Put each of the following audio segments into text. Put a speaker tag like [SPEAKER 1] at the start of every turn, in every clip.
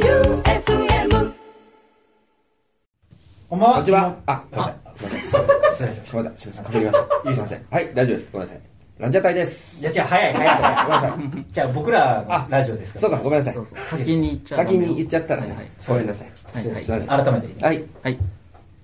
[SPEAKER 1] J-O-E-U-F-M
[SPEAKER 2] こんばんは。
[SPEAKER 3] こんにちは。あ、すいません。すいません。すいません。すいません。かぶりました。すいません。はい、大丈夫です。ごめんなさい。ランジャタイです。
[SPEAKER 2] いや、違う、早い、早い、
[SPEAKER 3] ごめんな
[SPEAKER 2] 早い。
[SPEAKER 3] さい。
[SPEAKER 2] じゃあ、僕ら
[SPEAKER 3] あ
[SPEAKER 2] のラジオですから。
[SPEAKER 3] そうか、ごめんなさい
[SPEAKER 4] そう。そう先に言っちゃダメ
[SPEAKER 3] 先
[SPEAKER 4] よ
[SPEAKER 3] に言っちゃったら
[SPEAKER 4] はいはい
[SPEAKER 3] ね、ごめんなさい。
[SPEAKER 4] はいはい
[SPEAKER 3] すいません。は
[SPEAKER 2] 改めて。
[SPEAKER 3] い。
[SPEAKER 4] はい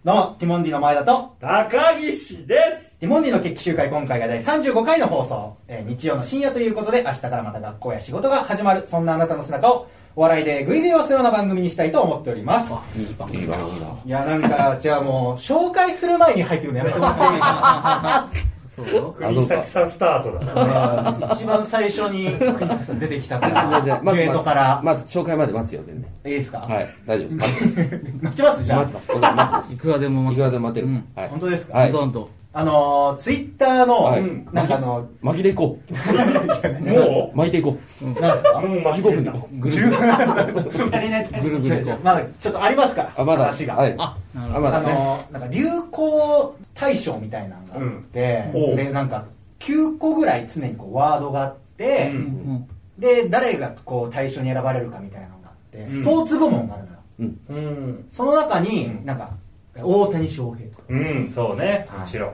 [SPEAKER 2] どうも、ティモンディの前田と、
[SPEAKER 5] 高岸です
[SPEAKER 2] ティモンディの決起集会、今回が第35回の放送。えー日曜の深夜ということで、明日からまた学校や仕事が始まる、そんなあなたの背中を、お笑いでグイグイ押すような番組にしたいと思っております。
[SPEAKER 3] いい番組だ。
[SPEAKER 2] いや、なんか、じゃあもう、紹介する前に入ってくるのやめてもらっていいか
[SPEAKER 4] そうよ
[SPEAKER 5] 国崎さんスタートだ
[SPEAKER 2] な一番最初に、国崎さん出てきた から、
[SPEAKER 3] じ
[SPEAKER 2] デ
[SPEAKER 3] ゃあまず
[SPEAKER 2] ュエットから。
[SPEAKER 3] まずまず紹介まで待つよ、全然。
[SPEAKER 2] いいですか
[SPEAKER 3] はい、大丈夫です。
[SPEAKER 2] 待ちますじゃ
[SPEAKER 3] 待っ
[SPEAKER 2] あ
[SPEAKER 3] て。ます。僕は待ってます。
[SPEAKER 4] いくらでも
[SPEAKER 3] いく
[SPEAKER 4] 待つ
[SPEAKER 3] らでも待てる
[SPEAKER 4] うん。
[SPEAKER 3] はい。
[SPEAKER 2] 本当ですか
[SPEAKER 3] はい。
[SPEAKER 4] どんどん
[SPEAKER 2] あのー、ツイッターの、
[SPEAKER 3] はい
[SPEAKER 2] なんかあの、
[SPEAKER 3] 巻きでいこ
[SPEAKER 5] も
[SPEAKER 3] う。巻いていこ
[SPEAKER 2] なんです
[SPEAKER 5] う
[SPEAKER 2] か
[SPEAKER 5] もう
[SPEAKER 3] う。
[SPEAKER 5] 負
[SPEAKER 3] 15
[SPEAKER 5] け
[SPEAKER 3] 分
[SPEAKER 5] ん
[SPEAKER 3] で
[SPEAKER 5] ない
[SPEAKER 3] こう。
[SPEAKER 4] ぐるぐ るぐるぐる
[SPEAKER 2] 違う
[SPEAKER 4] こ
[SPEAKER 2] 違
[SPEAKER 4] う
[SPEAKER 2] うまだちょっとありますから、
[SPEAKER 3] あ、まだ。
[SPEAKER 2] 話が。
[SPEAKER 3] はい。
[SPEAKER 4] あなる
[SPEAKER 3] あ
[SPEAKER 4] ほ
[SPEAKER 3] ま
[SPEAKER 4] ど
[SPEAKER 2] あ
[SPEAKER 3] だね。
[SPEAKER 2] のー、なんか流行大賞みたいなのがあって、
[SPEAKER 5] うんおう
[SPEAKER 2] で、なんか、9個ぐらい常にこうワードがあって、
[SPEAKER 5] うん
[SPEAKER 4] うん
[SPEAKER 2] で、誰がこう対象に選ばれるかみたいなのがあって、
[SPEAKER 5] うん
[SPEAKER 2] スポーツ部門があるのよ。
[SPEAKER 5] うん
[SPEAKER 2] その中に、なんか、大谷翔平とか、
[SPEAKER 5] うんそうねもちろん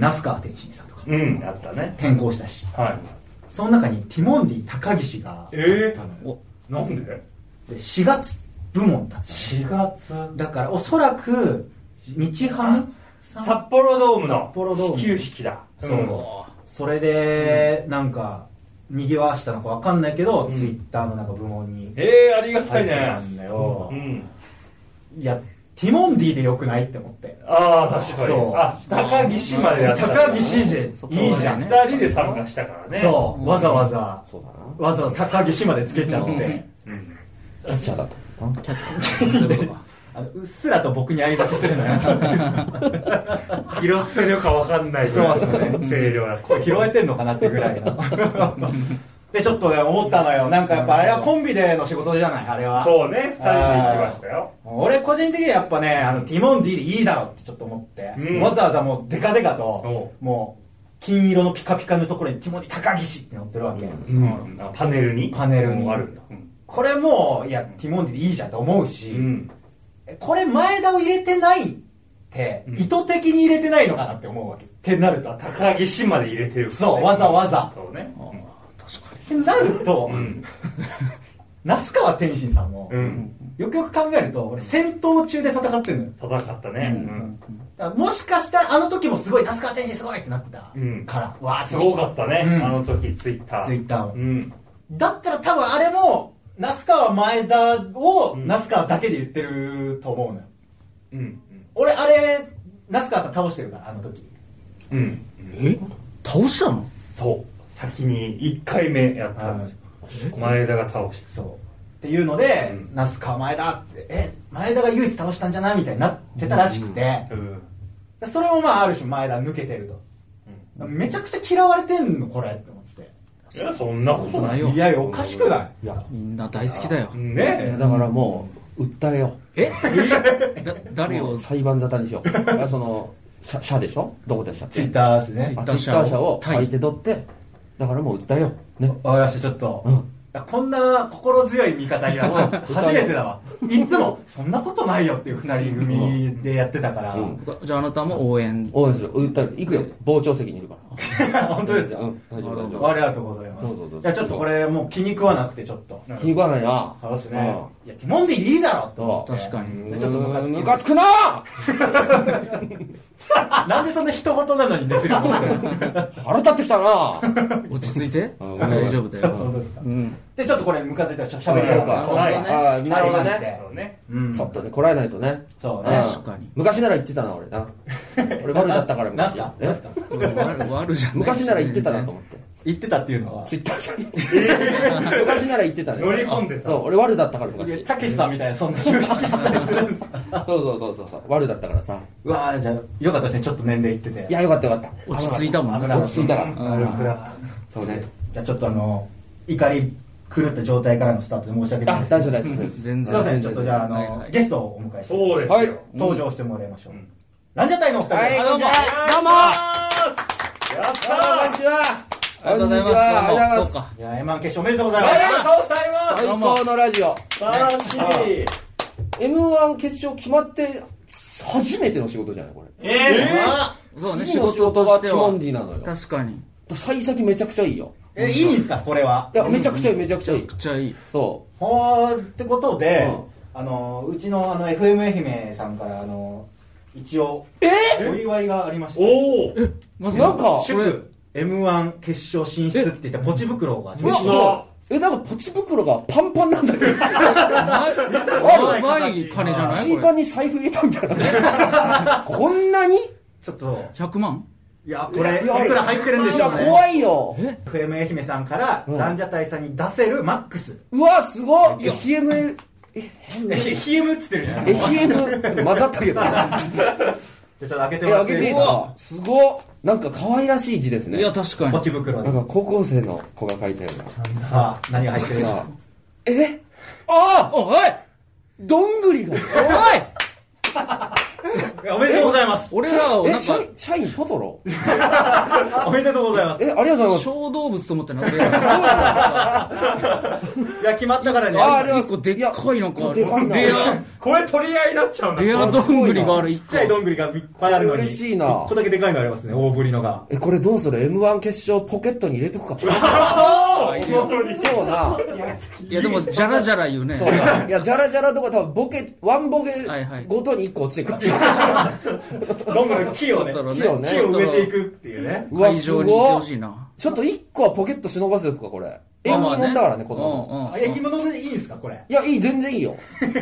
[SPEAKER 2] 那須川天心さんとか、
[SPEAKER 5] うんあったね
[SPEAKER 2] 転校したし、
[SPEAKER 5] は
[SPEAKER 2] その中にティモンディ高岸があった
[SPEAKER 5] い
[SPEAKER 2] の
[SPEAKER 5] え
[SPEAKER 2] よ。
[SPEAKER 5] ー、なんで
[SPEAKER 2] で4月部門だったの
[SPEAKER 5] 4月
[SPEAKER 2] だからおそらく日ハムさん
[SPEAKER 5] 札幌ドーム
[SPEAKER 2] 札幌ドー
[SPEAKER 5] の
[SPEAKER 2] ム
[SPEAKER 5] 始球式だ
[SPEAKER 2] そうそれで、なんかにぎわしたのかわかんないけど、
[SPEAKER 5] うん
[SPEAKER 2] ツイッターのなんか部門に
[SPEAKER 5] ええー、ありがたい
[SPEAKER 2] な
[SPEAKER 5] ね
[SPEAKER 2] んだよ、
[SPEAKER 5] うん
[SPEAKER 2] いやティモンディでよくないって思って
[SPEAKER 5] ああ確かに
[SPEAKER 2] そう
[SPEAKER 5] あ高岸までやった
[SPEAKER 2] 高岸で
[SPEAKER 4] そこまで
[SPEAKER 2] いいじゃん、
[SPEAKER 4] ね
[SPEAKER 5] 2人で参加したからね
[SPEAKER 2] そうわざわざ
[SPEAKER 3] そうだな。
[SPEAKER 2] わざわざ高岸までつけちゃって
[SPEAKER 3] キャッチャーだと。
[SPEAKER 4] キャッチそういうことか
[SPEAKER 2] あのうっすらと僕に挨拶してるのやちょっと
[SPEAKER 5] 拾ってるかわかんないぐらい
[SPEAKER 2] そうですね
[SPEAKER 5] 声量だ
[SPEAKER 2] これ拾えてんのかなってぐらいの でちょっとね思ったのよなんかやっぱあれはコンビでの仕事じゃないあれは
[SPEAKER 5] そうね2人で行きましたよ
[SPEAKER 2] 俺個人的にはやっぱねあのティモンディでいいだろうってちょっと思って、
[SPEAKER 5] うん
[SPEAKER 2] わざわざもうデカデカと
[SPEAKER 5] お
[SPEAKER 2] もう金色のピカピカのところにティモンディ高岸って載ってるわけ、
[SPEAKER 3] うん
[SPEAKER 5] うん、パネルに
[SPEAKER 2] パネルに
[SPEAKER 5] もうあるんだうん
[SPEAKER 2] これもういやティモンディでいいじゃんと思うし、
[SPEAKER 5] うん
[SPEAKER 2] これ前田を入れてないって
[SPEAKER 5] うん
[SPEAKER 2] 意図的に入れてないのかなって思うわけってなると高
[SPEAKER 5] 高岸まで入れてるから
[SPEAKER 2] そうわざわざ
[SPEAKER 5] そうね
[SPEAKER 2] ってなると、
[SPEAKER 5] うん
[SPEAKER 2] 那須川天心さんも、
[SPEAKER 5] うん
[SPEAKER 2] よくよく考えると俺戦闘中で戦ってるのよ
[SPEAKER 5] 戦ったねうん
[SPEAKER 2] だからもしかしたらあの時もすごい那須川天心すごいってなってた
[SPEAKER 5] うん
[SPEAKER 2] から、
[SPEAKER 5] わあすごかったね
[SPEAKER 2] うん
[SPEAKER 5] あの時ツイッター
[SPEAKER 2] ツイッターを
[SPEAKER 5] うん
[SPEAKER 2] だったら多分あれも、那須川前田を、
[SPEAKER 5] うん
[SPEAKER 2] 那須川だけで言ってると思うのよ。
[SPEAKER 5] うん
[SPEAKER 2] 俺、あれ、那須川さん倒してるから、あの時。
[SPEAKER 5] うんうん
[SPEAKER 4] え倒したの
[SPEAKER 5] そう先に1回目やったんですよ前田が倒して
[SPEAKER 2] そう。っていうので、
[SPEAKER 5] うん
[SPEAKER 2] 那須川前田って、え、前田が唯一倒したんじゃないみたいになってたらしくて、
[SPEAKER 5] うん
[SPEAKER 2] でそれもまあ、ある種前田抜けてると。めちゃくちゃ嫌われてんの、これって思って。
[SPEAKER 5] いやそんなことない
[SPEAKER 4] いや
[SPEAKER 2] いやいや、おかしくない
[SPEAKER 3] いや、
[SPEAKER 4] みんな大好きだよ
[SPEAKER 3] いや
[SPEAKER 5] ね
[SPEAKER 3] だからもう、訴えよう。
[SPEAKER 4] えだ誰
[SPEAKER 3] も
[SPEAKER 4] を
[SPEAKER 3] う裁判沙汰にしようだ からその社社でしょどこでしたっけ
[SPEAKER 2] ツイッターですね
[SPEAKER 4] ツイ。
[SPEAKER 3] あ
[SPEAKER 4] ッ
[SPEAKER 3] ツ
[SPEAKER 4] タ
[SPEAKER 3] イ
[SPEAKER 4] ー
[SPEAKER 3] ッ
[SPEAKER 4] 社
[SPEAKER 3] タ
[SPEAKER 4] を
[SPEAKER 3] ー社を
[SPEAKER 4] 対
[SPEAKER 3] 相手取ってだからもう訴えようね
[SPEAKER 2] わかりました、ちょっと。
[SPEAKER 3] うん
[SPEAKER 2] いやこんな心強い味方いらない
[SPEAKER 3] うん
[SPEAKER 2] 初めてだわいつもそんなことないよっていう二人組でやってたから、
[SPEAKER 3] う
[SPEAKER 4] じゃああなたも応援
[SPEAKER 3] 応援する訴える行くよ傍聴席にいるから
[SPEAKER 2] 本当ですか、
[SPEAKER 3] うん大丈夫大丈
[SPEAKER 2] ありがとうございます
[SPEAKER 3] どうぞどうぞ
[SPEAKER 2] いやちょっとこれもう気に食わなくてちょっと
[SPEAKER 3] 夫気に食わないな
[SPEAKER 2] そうですねいやティモンディいいだろ
[SPEAKER 3] うんどう
[SPEAKER 4] 確かに
[SPEAKER 2] でちょっとムカつき
[SPEAKER 3] ムカつくな
[SPEAKER 2] となんでそんな人事なのに熱量持ってるの
[SPEAKER 3] 腹立ってきたな
[SPEAKER 4] 落ち着いて
[SPEAKER 3] うん
[SPEAKER 4] 大丈夫だ
[SPEAKER 2] 本
[SPEAKER 4] よ
[SPEAKER 2] 当ですか
[SPEAKER 4] うん
[SPEAKER 2] でちょっとこれムカついたらしゃしゃべりやろうか
[SPEAKER 4] はい
[SPEAKER 3] あーなるほど
[SPEAKER 2] ありまし
[SPEAKER 3] ね
[SPEAKER 2] て
[SPEAKER 5] そうね
[SPEAKER 2] うん
[SPEAKER 3] ちょっとねこらえないとね
[SPEAKER 2] そう
[SPEAKER 3] うん
[SPEAKER 2] ね
[SPEAKER 4] 確かに
[SPEAKER 3] 昔なら言ってた な俺な俺悪だったから
[SPEAKER 2] ななんす
[SPEAKER 3] 昔
[SPEAKER 2] か
[SPEAKER 3] え
[SPEAKER 2] なんすか
[SPEAKER 4] 悪悪じゃない
[SPEAKER 3] 昔なら言ってたなと思って
[SPEAKER 2] 言ってたっていうのは
[SPEAKER 3] ツイッター社に昔なら言ってた ね
[SPEAKER 5] 乗り込んでた
[SPEAKER 3] そう俺悪だったから昔
[SPEAKER 2] たけしさんみたいなそんな襲撃したりするんですか
[SPEAKER 3] そうそうそうそうそう悪だったからさ
[SPEAKER 2] うわーじゃあよかったですねちょっと年齢いってて
[SPEAKER 3] いやよかったよかった
[SPEAKER 4] 落ち着いたもん
[SPEAKER 2] 危
[SPEAKER 4] ね
[SPEAKER 2] ない
[SPEAKER 3] 落ち着いたから
[SPEAKER 4] うん
[SPEAKER 2] 危な
[SPEAKER 3] そうね
[SPEAKER 2] じゃあちょっとあの怒り狂った状態からのスタートで申し訳ない
[SPEAKER 3] あ
[SPEAKER 2] です
[SPEAKER 3] 大
[SPEAKER 2] け
[SPEAKER 3] 丈夫大丈
[SPEAKER 4] う
[SPEAKER 3] 夫
[SPEAKER 4] ん全
[SPEAKER 2] どす
[SPEAKER 4] 然
[SPEAKER 2] いませんちょっとじゃああの、
[SPEAKER 4] はいはい
[SPEAKER 2] ゲストをお迎えして
[SPEAKER 5] そうですよ、
[SPEAKER 3] はい
[SPEAKER 2] 登場してもらいましょう、
[SPEAKER 5] うん
[SPEAKER 2] ランジャタイのお二人
[SPEAKER 3] はい
[SPEAKER 2] です、
[SPEAKER 3] こんにちはどうも
[SPEAKER 5] やったー
[SPEAKER 3] は
[SPEAKER 4] ありがとうございます。
[SPEAKER 3] ありがとうございます
[SPEAKER 4] そうか。
[SPEAKER 2] いや、M1 決勝おめでとうござい
[SPEAKER 5] あ
[SPEAKER 2] ま
[SPEAKER 5] り
[SPEAKER 2] す。
[SPEAKER 5] がとうございます
[SPEAKER 3] 最高のラジオ
[SPEAKER 5] 素晴らしい
[SPEAKER 3] M1 決勝決まって初めての仕事じゃないこれ
[SPEAKER 5] ええ
[SPEAKER 4] そうね、
[SPEAKER 3] 次
[SPEAKER 4] 仕
[SPEAKER 3] の仕
[SPEAKER 4] 事
[SPEAKER 3] 事
[SPEAKER 4] と
[SPEAKER 3] が
[SPEAKER 4] して
[SPEAKER 3] ティモンディ
[SPEAKER 4] は。
[SPEAKER 3] なのよ
[SPEAKER 4] 確かに。
[SPEAKER 3] 幸先めちゃくちゃいいよ
[SPEAKER 2] え、いいんすか、これは。
[SPEAKER 3] いやめちゃくちゃいいめちゃくちゃい
[SPEAKER 4] め
[SPEAKER 3] い
[SPEAKER 4] ちゃくちゃいい。
[SPEAKER 3] そ
[SPEAKER 2] ほーってことで、
[SPEAKER 3] うん
[SPEAKER 2] あのうちのあの FM 愛媛さんからあの一応
[SPEAKER 3] うえ
[SPEAKER 2] お祝いがありまし
[SPEAKER 5] おお
[SPEAKER 4] え、まさ
[SPEAKER 3] なんか
[SPEAKER 2] た祝 M1 決勝進出っていったポチ袋が
[SPEAKER 5] え
[SPEAKER 2] 受
[SPEAKER 3] うわ
[SPEAKER 2] 賞
[SPEAKER 5] うわ
[SPEAKER 3] えなんかポチ袋がパンパンなんだけど
[SPEAKER 4] うまい金じゃない
[SPEAKER 3] 一
[SPEAKER 4] これ。
[SPEAKER 3] 番に財布入れたみたいな こんなに
[SPEAKER 2] ちょっと
[SPEAKER 4] 100万
[SPEAKER 2] いやこれい
[SPEAKER 3] い
[SPEAKER 2] く
[SPEAKER 3] や
[SPEAKER 2] ら入ってるんで
[SPEAKER 3] い
[SPEAKER 2] しょ
[SPEAKER 3] や
[SPEAKER 2] うね
[SPEAKER 3] 怖いよ
[SPEAKER 2] FM 愛媛さんから
[SPEAKER 3] うん
[SPEAKER 2] ランジャタイさんに出せるマックス
[SPEAKER 3] うわすごっ
[SPEAKER 4] いや
[SPEAKER 3] FM
[SPEAKER 2] え m っつってるじゃないじゃ
[SPEAKER 3] FM 混ざった けどな
[SPEAKER 2] あちょっと開けて
[SPEAKER 3] え
[SPEAKER 2] もら
[SPEAKER 3] 開
[SPEAKER 2] ってい
[SPEAKER 3] け
[SPEAKER 2] い
[SPEAKER 3] てい
[SPEAKER 2] で
[SPEAKER 3] いですすか
[SPEAKER 2] か
[SPEAKER 3] すごっなんか可愛らしい字です
[SPEAKER 4] い
[SPEAKER 3] ね
[SPEAKER 4] や、確か
[SPEAKER 2] ポ
[SPEAKER 4] に。
[SPEAKER 2] チ袋
[SPEAKER 3] な
[SPEAKER 2] に
[SPEAKER 3] んか高校生の子が書いたような
[SPEAKER 2] さあ何が入ってる
[SPEAKER 3] さあえああ
[SPEAKER 4] おい
[SPEAKER 3] どんぐりが
[SPEAKER 4] おい
[SPEAKER 2] えおめでとうございます
[SPEAKER 4] 俺らを
[SPEAKER 3] え
[SPEAKER 4] なん
[SPEAKER 3] 社
[SPEAKER 4] か
[SPEAKER 3] 員社員トトロ
[SPEAKER 2] おめでとうございます
[SPEAKER 3] えありがとうございます
[SPEAKER 4] 小動物と思ってなってる。あ
[SPEAKER 2] いや決まったからね
[SPEAKER 3] あありがとうございます
[SPEAKER 4] 一個でっかいの
[SPEAKER 3] いや
[SPEAKER 4] か。
[SPEAKER 3] でかいな
[SPEAKER 4] レア、
[SPEAKER 5] これ取り合いになっちゃうんだ
[SPEAKER 4] レアどんぐりがある
[SPEAKER 2] ち
[SPEAKER 4] 一
[SPEAKER 2] っちゃい
[SPEAKER 4] 個。
[SPEAKER 2] どんぐりがいっぱいあるのに
[SPEAKER 3] 嬉しいな
[SPEAKER 2] 1個だけでかいのありますね大ぶりのが
[SPEAKER 3] えこれどうする m 1決勝ポケットに入れと くか
[SPEAKER 5] あーおもろい
[SPEAKER 3] そうない
[SPEAKER 4] や、でも、じゃらじゃら言うね
[SPEAKER 3] そ。ういやじゃらじゃらとか多分ボケワンボケ
[SPEAKER 4] はいはい
[SPEAKER 3] ごとに1個落ちてくるか
[SPEAKER 2] どんぐりの木をね
[SPEAKER 4] だからね
[SPEAKER 3] 木を ね
[SPEAKER 2] 木を植えていくっていうね
[SPEAKER 3] うわ
[SPEAKER 4] 会
[SPEAKER 3] す
[SPEAKER 4] 場に行って
[SPEAKER 3] ご
[SPEAKER 4] ほ
[SPEAKER 3] っ
[SPEAKER 4] しいな。
[SPEAKER 3] ちょっと1個はポケット忍ばせとくかこれ縁
[SPEAKER 4] ま
[SPEAKER 3] 起
[SPEAKER 4] あまあ
[SPEAKER 3] 物だからね子供の
[SPEAKER 4] うんうん
[SPEAKER 2] あ焼き物でいいんですかこれ
[SPEAKER 3] いやいい全然いいよ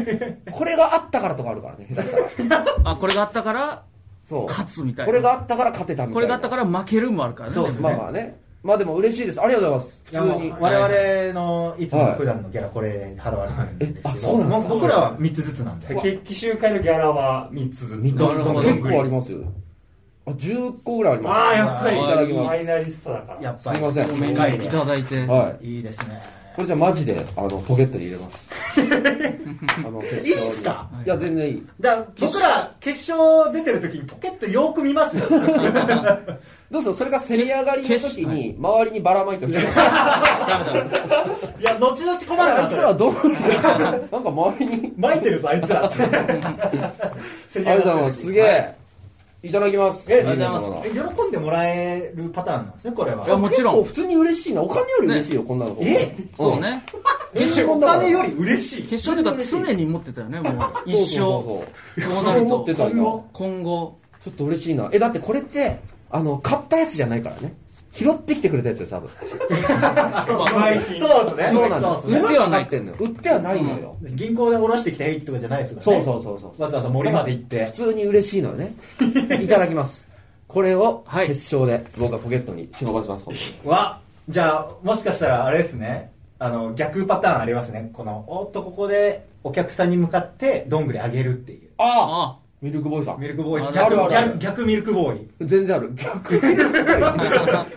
[SPEAKER 3] これがあったからとかあるからね下手したら
[SPEAKER 4] あ、これがあったから、
[SPEAKER 3] そう
[SPEAKER 4] 勝つみたいな。
[SPEAKER 3] これがあったから勝てたみたいな
[SPEAKER 4] これがあったから負けるもあるからね。
[SPEAKER 2] そうです
[SPEAKER 3] まあまあねまあでも嬉しいですありがとうござい
[SPEAKER 2] いや
[SPEAKER 3] ます
[SPEAKER 2] も
[SPEAKER 3] 普通に
[SPEAKER 2] う我々のいつも普段のギャラこれ払われてるんです
[SPEAKER 3] はい
[SPEAKER 2] け
[SPEAKER 3] えあそう
[SPEAKER 2] ど
[SPEAKER 3] なんですか
[SPEAKER 2] もう僕らは3つずつなんで
[SPEAKER 5] 決起集会のギャラは3つずつ
[SPEAKER 2] 三つ
[SPEAKER 4] なるほど
[SPEAKER 3] 結構ありますよあ10個ぐらいあります
[SPEAKER 5] ああやっぱり
[SPEAKER 2] い
[SPEAKER 3] ただき
[SPEAKER 5] フ
[SPEAKER 3] ます
[SPEAKER 5] ァイナリストだから
[SPEAKER 2] やっぱり
[SPEAKER 3] すいません
[SPEAKER 2] こ
[SPEAKER 4] ご
[SPEAKER 2] の
[SPEAKER 4] めん
[SPEAKER 2] 回
[SPEAKER 4] ね
[SPEAKER 2] で
[SPEAKER 4] いただいて。
[SPEAKER 3] はい
[SPEAKER 2] いいですね
[SPEAKER 3] これじゃあマジであのポケットに入れますあの決勝に
[SPEAKER 2] いいっすか
[SPEAKER 3] いや全然いい
[SPEAKER 2] じゃあ僕ら決勝出てる時にポケットよく見ます よ
[SPEAKER 3] どうするそれが競り上がりの時に周りにばらまいておく
[SPEAKER 2] いや後々困る
[SPEAKER 3] あ
[SPEAKER 2] ないそ
[SPEAKER 3] つ
[SPEAKER 2] れ
[SPEAKER 3] らはどうなんか周りに
[SPEAKER 2] 巻いてるぞあいつ らって
[SPEAKER 3] ありがとうございますすげえいただきます
[SPEAKER 2] えあり
[SPEAKER 4] がとうござ
[SPEAKER 2] え
[SPEAKER 4] い
[SPEAKER 2] 喜んでもらえるパターンなんですねこれはい
[SPEAKER 4] やもちろん
[SPEAKER 3] 結構普通に嬉しいなお金より嬉しいよこんなの
[SPEAKER 2] え
[SPEAKER 4] そうね。
[SPEAKER 3] 決勝
[SPEAKER 2] お金より嬉しい
[SPEAKER 4] 決勝というか常に持ってたよね、もう。一生。
[SPEAKER 3] そうそうそう
[SPEAKER 4] こうなる
[SPEAKER 3] 持ってた
[SPEAKER 4] と、
[SPEAKER 3] んだちょ
[SPEAKER 4] 今後。
[SPEAKER 3] っと嬉しいなえだってこれってあの買ったやつじゃないからね拾ってきてくれたやつよ多分
[SPEAKER 5] 配信
[SPEAKER 2] そうですね
[SPEAKER 3] そうなんだ
[SPEAKER 2] ですね
[SPEAKER 4] 売ってはない
[SPEAKER 3] てんのよ売ってはないのよ
[SPEAKER 2] 銀行で下ろしてきた平気とかじゃないですから
[SPEAKER 3] そう
[SPEAKER 2] ね
[SPEAKER 3] そうそうそう
[SPEAKER 2] わざわざ森まで行って
[SPEAKER 3] 普通に嬉しいのよねいただきますこれを
[SPEAKER 4] はい
[SPEAKER 3] 決勝で僕はポケットに忍ばせます本
[SPEAKER 2] わじゃあもしかしたらあれですねあの逆パターンありますねこのおっとここでお客さんに向かってどんぐりあげるっていう
[SPEAKER 3] ああ
[SPEAKER 4] あ
[SPEAKER 3] ミルクボーイさん
[SPEAKER 2] ミルクボーイ
[SPEAKER 4] あ
[SPEAKER 2] ス
[SPEAKER 4] るあ
[SPEAKER 2] 逆
[SPEAKER 3] るある
[SPEAKER 2] 逆逆ミルクボーイ
[SPEAKER 3] 全然ある逆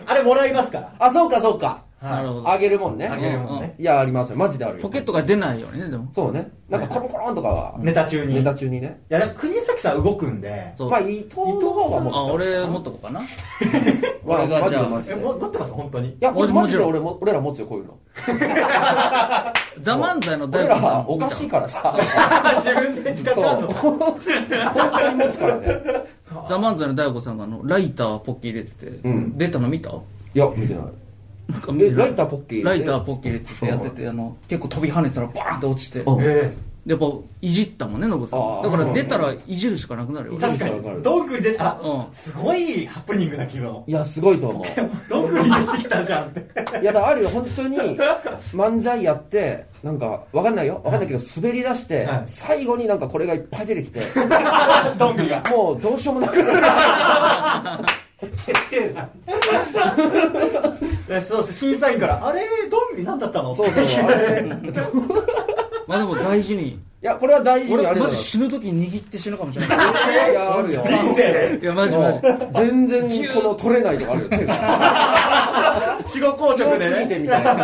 [SPEAKER 2] あれもらいますから
[SPEAKER 3] あそうかそうか
[SPEAKER 4] あ、なるほど。
[SPEAKER 3] あげるもんね
[SPEAKER 2] あげるもんね
[SPEAKER 3] いやありますよマジであるよ
[SPEAKER 4] ポケットが出ないようにね、でも。
[SPEAKER 3] そうねなんかコロンコロンとかは
[SPEAKER 2] ネタ中に
[SPEAKER 3] ネ
[SPEAKER 2] い
[SPEAKER 3] タ中にね
[SPEAKER 2] やだから国崎さん動くんで
[SPEAKER 4] そう。
[SPEAKER 3] まあ伊藤の方がもう
[SPEAKER 4] あ、俺持っとこうかな。
[SPEAKER 3] まあ
[SPEAKER 4] 俺が
[SPEAKER 3] マジ
[SPEAKER 4] じ
[SPEAKER 3] で
[SPEAKER 4] ゃあ
[SPEAKER 3] マジ
[SPEAKER 2] え
[SPEAKER 3] で
[SPEAKER 2] も持ってます本当に
[SPEAKER 3] いや俺
[SPEAKER 4] 俺
[SPEAKER 3] マジで
[SPEAKER 4] もち
[SPEAKER 3] 俺も俺ら持つよこういうの
[SPEAKER 4] ザ・漫才の
[SPEAKER 3] 俺
[SPEAKER 4] 大
[SPEAKER 3] ら
[SPEAKER 4] 悟さん
[SPEAKER 3] は
[SPEAKER 4] も
[SPEAKER 3] お
[SPEAKER 4] 見た。
[SPEAKER 3] かしいからさ
[SPEAKER 2] 自分で自覚あんの
[SPEAKER 3] そう本当に持つからね
[SPEAKER 4] ザ・漫才の大悟さんがあの、ライターポッキー入れてて、
[SPEAKER 3] ん
[SPEAKER 4] 出たの見た
[SPEAKER 3] いや見てない
[SPEAKER 4] なんか見て
[SPEAKER 3] え
[SPEAKER 4] ない
[SPEAKER 3] ライターポッキー
[SPEAKER 4] ライターポッキー入れててやってて、あの、結構飛び跳ねてたらバーンって落ちて。
[SPEAKER 3] うん
[SPEAKER 2] え
[SPEAKER 4] やっぱ、いじったもんね、ノブさ
[SPEAKER 3] あ
[SPEAKER 4] ん。
[SPEAKER 3] あ
[SPEAKER 4] だか
[SPEAKER 3] そ
[SPEAKER 4] ら
[SPEAKER 3] うね
[SPEAKER 4] 出たらいじるしかなくなるよ。
[SPEAKER 2] え確
[SPEAKER 4] 俺
[SPEAKER 2] か
[SPEAKER 3] わかる
[SPEAKER 2] にどんぐり出てあ、
[SPEAKER 4] うん
[SPEAKER 2] すごいハプニングな気分
[SPEAKER 3] いやすごいと思う
[SPEAKER 2] どんぐり出てきたじゃんって
[SPEAKER 3] いやだからあるよ本当 に漫才やってなんかわかんないよわかんないけど滑り出して、
[SPEAKER 2] はい
[SPEAKER 3] 最後になんかこれがいっぱい出て きて
[SPEAKER 2] どんぐりが
[SPEAKER 3] もうどうしようもなくなる
[SPEAKER 2] えそうです審査員からあれどんぐりなんだったの
[SPEAKER 3] そうそうそうあれい
[SPEAKER 4] まあでも大事に。
[SPEAKER 3] やこれは大事にあれだ
[SPEAKER 4] 俺、マ
[SPEAKER 3] な
[SPEAKER 4] ジ
[SPEAKER 3] い
[SPEAKER 4] 死ぬ時に握って死ぬかもしれ ない。
[SPEAKER 3] やあるよ
[SPEAKER 2] 人生で
[SPEAKER 4] いや、マジマジ。
[SPEAKER 3] もう全然この取れないとかあるよ手が
[SPEAKER 2] 死後硬
[SPEAKER 3] 強
[SPEAKER 2] 直
[SPEAKER 3] す
[SPEAKER 2] で
[SPEAKER 3] ぎ
[SPEAKER 2] ね
[SPEAKER 3] てみたいな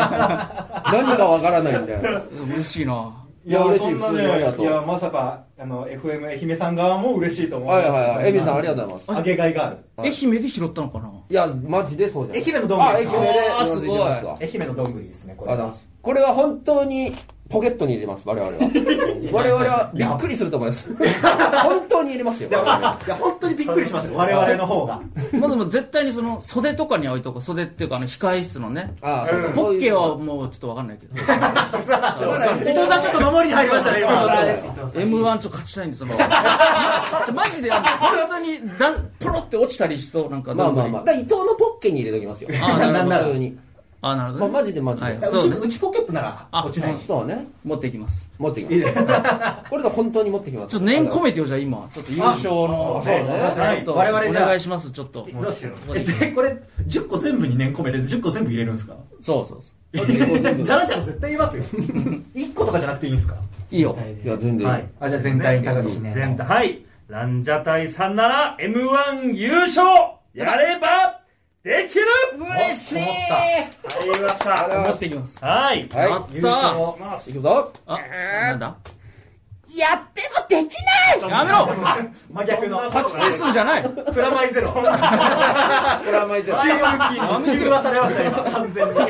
[SPEAKER 3] 何かわからないみたいな
[SPEAKER 4] 嬉しいな。
[SPEAKER 3] いや嬉しい
[SPEAKER 2] そんな
[SPEAKER 3] 普通にありが
[SPEAKER 2] ね
[SPEAKER 3] と
[SPEAKER 2] いうやまさかあの FM 愛媛さん側も嬉しいと思い
[SPEAKER 3] は
[SPEAKER 2] ま
[SPEAKER 3] い
[SPEAKER 2] す
[SPEAKER 3] はいはいエビさんありがとうございます
[SPEAKER 2] あげがいがある
[SPEAKER 4] 愛媛で拾ったのかな
[SPEAKER 3] いや、マジでそうじゃん。
[SPEAKER 2] 愛媛のどんぐりですか
[SPEAKER 3] あ、愛媛で
[SPEAKER 4] あーす
[SPEAKER 3] 呼ん
[SPEAKER 4] ごい
[SPEAKER 3] できますわ。
[SPEAKER 2] 愛媛のどんぐりですねこれ
[SPEAKER 3] あだこれは本当にポケットに入れます、我 々は。我々はびっくりすると思います。本当に入れますよ。
[SPEAKER 2] いやまあいや本当にびっくりしましたよ我々の 方が
[SPEAKER 4] まあでも絶対にその袖とかには置いとこう袖っていうかあの控え室のね
[SPEAKER 3] ああ、そうそう。
[SPEAKER 4] ポッケはもうちょっとわかんないけど
[SPEAKER 2] 伊藤さんちょっと守りに入りましたね今
[SPEAKER 3] そうなんです
[SPEAKER 4] m 1ちょっと勝ちたいんですそのじゃマジであの本当にだポロって落ちたりしそうなんか
[SPEAKER 3] まあまあ
[SPEAKER 4] どん
[SPEAKER 3] ま
[SPEAKER 4] ぐ
[SPEAKER 3] あ。だ
[SPEAKER 4] り
[SPEAKER 3] から伊藤のポッケに入れときますよ。
[SPEAKER 4] あなるほど
[SPEAKER 3] 普通に。
[SPEAKER 4] あなる
[SPEAKER 3] ま
[SPEAKER 4] ほど
[SPEAKER 3] あ
[SPEAKER 4] ね、
[SPEAKER 3] マジでマジで。
[SPEAKER 4] はいうそ
[SPEAKER 2] ち
[SPEAKER 4] う
[SPEAKER 2] の内ポケットなら
[SPEAKER 4] あ
[SPEAKER 2] 落ちないし
[SPEAKER 3] そうね。
[SPEAKER 4] 持っていきます
[SPEAKER 3] 持ってきます。これで本当に持ってきます。
[SPEAKER 4] ちょっと念込めてよじゃあ今ちょっと優勝の
[SPEAKER 5] あ
[SPEAKER 4] ね
[SPEAKER 5] そう
[SPEAKER 2] ですね
[SPEAKER 4] ちょっと
[SPEAKER 2] 我々じゃあ
[SPEAKER 4] お願いしますちょっと
[SPEAKER 2] どうしようえこれ10個全部に年込めて10個全部入れるんですか
[SPEAKER 4] そうそうそ
[SPEAKER 2] じゃらじゃら絶対言いますよ1個とかじゃなくていいんですか
[SPEAKER 4] ういいよ
[SPEAKER 3] いや、全然。
[SPEAKER 5] はい
[SPEAKER 2] あじゃあ全体に高岸ね
[SPEAKER 5] 全体はいランジャタイさんなら m 1優勝やればできる
[SPEAKER 4] 嬉しい
[SPEAKER 5] 入りました
[SPEAKER 4] 持っていきます
[SPEAKER 5] はい
[SPEAKER 3] はい。
[SPEAKER 4] やっ
[SPEAKER 2] 優
[SPEAKER 4] た
[SPEAKER 2] 勝
[SPEAKER 3] いくぞ。
[SPEAKER 4] あなんだ
[SPEAKER 6] やってもできない
[SPEAKER 4] やめろ
[SPEAKER 2] 真逆の
[SPEAKER 5] そんなことない
[SPEAKER 4] 勝つんじゃない
[SPEAKER 2] プラマイゼロ
[SPEAKER 3] これ甘いじゃん。
[SPEAKER 2] 中和されました今完全に
[SPEAKER 4] 普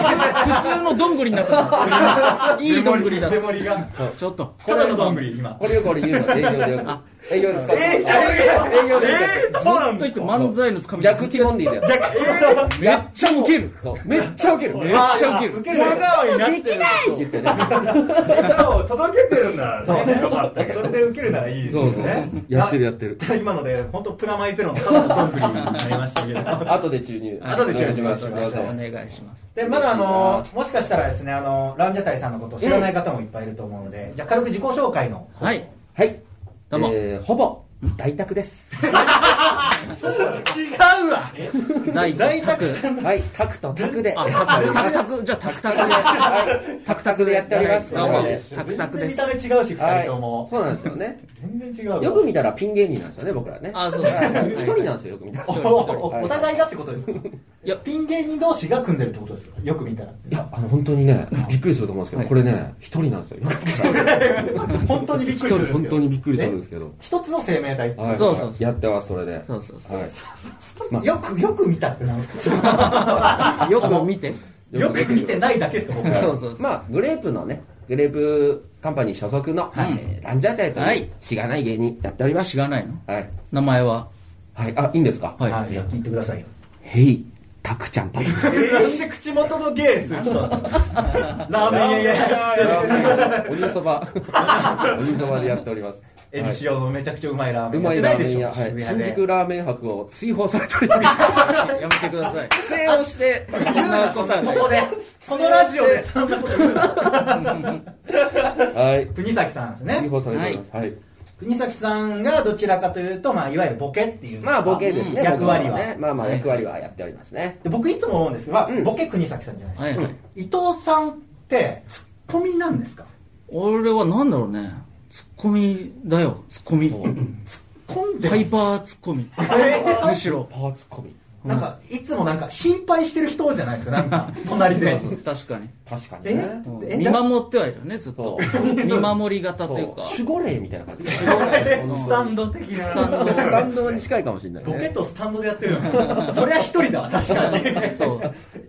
[SPEAKER 4] 通のどんぐりになった いいどんぐりだ
[SPEAKER 2] メモリが
[SPEAKER 4] ちょっと
[SPEAKER 2] ただのどんぐり今
[SPEAKER 3] これよく俺言うの。営業でよく。営業で使って。営業で使って。
[SPEAKER 5] えー、そうなん
[SPEAKER 4] と
[SPEAKER 5] で
[SPEAKER 4] いっ
[SPEAKER 5] す
[SPEAKER 4] て
[SPEAKER 5] か
[SPEAKER 4] 漫才のつかみ
[SPEAKER 3] 逆ティモンディだよ。
[SPEAKER 4] めっちゃウケる
[SPEAKER 3] そうめっちゃウケる。
[SPEAKER 4] めっちゃウケる
[SPEAKER 2] 受けるでしょ
[SPEAKER 5] 笑顔になって
[SPEAKER 3] そうって言ってね。
[SPEAKER 5] る笑を届けてるんだねよかったけ ど
[SPEAKER 2] それで受けるならいいです
[SPEAKER 3] そ
[SPEAKER 2] よ
[SPEAKER 3] うそう
[SPEAKER 2] ね。
[SPEAKER 3] やってるやってる。
[SPEAKER 2] 今ので本当プラマイゼロのただのどんぐりになりましたけ ど
[SPEAKER 3] 後で注入。
[SPEAKER 2] 後で注入
[SPEAKER 3] お願いします。
[SPEAKER 2] お願いし
[SPEAKER 4] お
[SPEAKER 2] ま
[SPEAKER 4] 願いします
[SPEAKER 2] でまだあのもしかしたらですねあのランジャタイさんのことを知らない方もいっぱいいると思うので、じゃあ軽く自己紹介の方を
[SPEAKER 4] はい
[SPEAKER 3] はい。
[SPEAKER 4] どうも
[SPEAKER 3] えーほぼ、大宅です。
[SPEAKER 2] 違うわ
[SPEAKER 4] 大
[SPEAKER 2] 在
[SPEAKER 4] 宅
[SPEAKER 2] 宅
[SPEAKER 3] はい。タクとタクで。
[SPEAKER 4] あ
[SPEAKER 3] はい
[SPEAKER 4] タクタクじゃあタクタクで
[SPEAKER 3] はい。タクタクでやっております。
[SPEAKER 4] どうも
[SPEAKER 3] はい
[SPEAKER 4] タクタク
[SPEAKER 2] 全然
[SPEAKER 4] で
[SPEAKER 2] 見
[SPEAKER 4] す
[SPEAKER 2] た目違うし二人と
[SPEAKER 3] は
[SPEAKER 2] も
[SPEAKER 3] い。、そうなんですよね。
[SPEAKER 2] 全然違うわ
[SPEAKER 3] よく見たらピン芸人なんですよね、僕らね。
[SPEAKER 4] あそう
[SPEAKER 3] は
[SPEAKER 4] だ
[SPEAKER 3] い一人なんですよ、よく見たら。
[SPEAKER 2] お
[SPEAKER 3] い
[SPEAKER 2] おお互いがってことですかいやピン芸人同士が組んでるってことですかよく見たら
[SPEAKER 3] や、あの、本当にね、びっくりすると思うんですけ
[SPEAKER 4] は
[SPEAKER 3] ど、
[SPEAKER 4] い
[SPEAKER 3] これね、一人なんですよ。よく見たら
[SPEAKER 2] 本当にびっ
[SPEAKER 3] 一
[SPEAKER 2] くりす
[SPEAKER 3] 人、
[SPEAKER 2] るん
[SPEAKER 3] 本
[SPEAKER 2] です
[SPEAKER 3] 当
[SPEAKER 2] よ
[SPEAKER 3] にびっくりするんですけど。
[SPEAKER 2] 一つの生命体、
[SPEAKER 3] はい
[SPEAKER 4] そうそうそう
[SPEAKER 3] やってます、それで。
[SPEAKER 4] そうそうそう
[SPEAKER 3] はい
[SPEAKER 2] よくよく見たってなんですか
[SPEAKER 4] よく見て
[SPEAKER 2] よく見てないだけですか僕
[SPEAKER 3] はい
[SPEAKER 4] そうそうそう
[SPEAKER 3] まあグレープのねグレープカンパニー所属の、えーランジャタイと
[SPEAKER 4] は
[SPEAKER 3] いう
[SPEAKER 4] い
[SPEAKER 3] しがない芸人やっております
[SPEAKER 4] 知らないの
[SPEAKER 3] はい、
[SPEAKER 4] 名前は
[SPEAKER 3] はい、あいいんですか
[SPEAKER 4] はい
[SPEAKER 2] はい、聞いてくださいよ。
[SPEAKER 3] へいたくちゃんという
[SPEAKER 2] えー、なんで口元の芸する人なのラーメン屋や
[SPEAKER 3] おじそ ばおじそばでやっております
[SPEAKER 2] エビ塩のめちゃくちゃうまいラーメ
[SPEAKER 3] う
[SPEAKER 2] ンやっ
[SPEAKER 3] ま
[SPEAKER 2] て
[SPEAKER 3] い
[SPEAKER 2] な
[SPEAKER 3] ラ
[SPEAKER 2] いで
[SPEAKER 3] ーメン
[SPEAKER 2] しょ
[SPEAKER 3] 屋、はい、
[SPEAKER 2] 渋谷
[SPEAKER 3] 新
[SPEAKER 2] で
[SPEAKER 3] 宿ラーメン博を追放されております
[SPEAKER 4] やめてください
[SPEAKER 3] 不正をしてそん
[SPEAKER 2] 言うな
[SPEAKER 3] なこと はない
[SPEAKER 2] ここでこのラジオでそんなこと言うな
[SPEAKER 3] はい
[SPEAKER 2] 国崎さんです
[SPEAKER 3] 追
[SPEAKER 2] ね
[SPEAKER 3] 放されておりますはい、
[SPEAKER 2] 国崎さんがどちらかというと、まあ、いわゆるボケっていうんです
[SPEAKER 3] ま
[SPEAKER 2] か
[SPEAKER 3] あボケですね、
[SPEAKER 2] うん役割は
[SPEAKER 3] 僕ねまあまあ
[SPEAKER 4] はい
[SPEAKER 3] 役割はやっておりますね、
[SPEAKER 2] で僕いつも思うんですけど、まあ
[SPEAKER 3] うん
[SPEAKER 2] ボケ国崎さんじゃないですか、
[SPEAKER 4] はいはい
[SPEAKER 2] 伊藤さんってツッコミなんですか
[SPEAKER 4] 俺はなんだろうねツッコミだよツッコミ
[SPEAKER 2] 混んで
[SPEAKER 4] ハイ
[SPEAKER 2] ー
[SPEAKER 4] パーツッコミむしろ
[SPEAKER 3] パーツコミ
[SPEAKER 2] なんかいつもなんか心配してる人じゃないですかなんか隣 で
[SPEAKER 4] 確かに
[SPEAKER 3] 確かに
[SPEAKER 2] え
[SPEAKER 3] ね
[SPEAKER 4] うん
[SPEAKER 2] え
[SPEAKER 4] 見守ってはいるよねずっと
[SPEAKER 3] そ
[SPEAKER 4] 見守り型というか
[SPEAKER 3] 守護霊みたいな感じス
[SPEAKER 5] スタンド的な
[SPEAKER 4] スタンド
[SPEAKER 3] タンドに近いかもしれない、ね、
[SPEAKER 2] ボケとスタンドでやってるのそりゃ一人だわ確かに
[SPEAKER 4] そ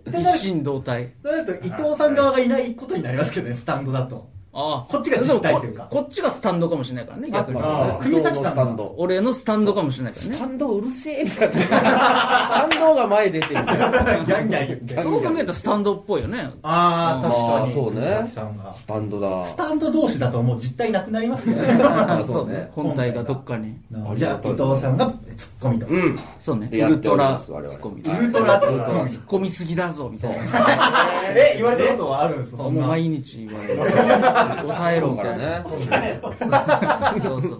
[SPEAKER 4] う
[SPEAKER 2] で
[SPEAKER 4] 一心同体
[SPEAKER 2] そうなると伊藤さん側がいないことになりますけどねスタンドだ と
[SPEAKER 4] ああ
[SPEAKER 2] こっちが実体というか
[SPEAKER 4] でもここっちがスタンドかもしれないからね逆に
[SPEAKER 5] ああ
[SPEAKER 2] 国崎さんが
[SPEAKER 3] スタンド
[SPEAKER 4] 俺のスタンドかもしれないから
[SPEAKER 3] ス
[SPEAKER 4] ね
[SPEAKER 3] タンドうるせえみたいな スタンドが前出てるみた
[SPEAKER 2] ギ
[SPEAKER 3] いな
[SPEAKER 2] ャンギャン言って
[SPEAKER 4] そう考えたらスタンドっぽいよね
[SPEAKER 2] ああ確
[SPEAKER 3] ま
[SPEAKER 2] か
[SPEAKER 3] あ
[SPEAKER 2] に
[SPEAKER 3] そう
[SPEAKER 2] 国
[SPEAKER 3] ね
[SPEAKER 2] 崎さんが
[SPEAKER 3] スタンドだ
[SPEAKER 2] スタンド同士だともう実体なくなりますよね
[SPEAKER 3] あそうね
[SPEAKER 4] 本体がどっかに
[SPEAKER 2] じゃあ伊藤さんがツッコミと
[SPEAKER 3] う
[SPEAKER 2] ウ
[SPEAKER 3] ん
[SPEAKER 4] そうねウ
[SPEAKER 3] やっ
[SPEAKER 4] ル
[SPEAKER 3] てお
[SPEAKER 4] ト
[SPEAKER 3] り
[SPEAKER 4] ラ
[SPEAKER 3] ま
[SPEAKER 4] ツ
[SPEAKER 3] す我々
[SPEAKER 4] ッコミ
[SPEAKER 3] は
[SPEAKER 2] ルトラツッコミ
[SPEAKER 4] ツッコミすぎだぞみたいな
[SPEAKER 2] え言われたことあるんです
[SPEAKER 4] も
[SPEAKER 2] そ
[SPEAKER 4] うん
[SPEAKER 2] な
[SPEAKER 4] 毎日言われ る抑えろみ
[SPEAKER 3] か
[SPEAKER 4] た
[SPEAKER 3] ら
[SPEAKER 4] いな
[SPEAKER 3] ね
[SPEAKER 4] そうそうそ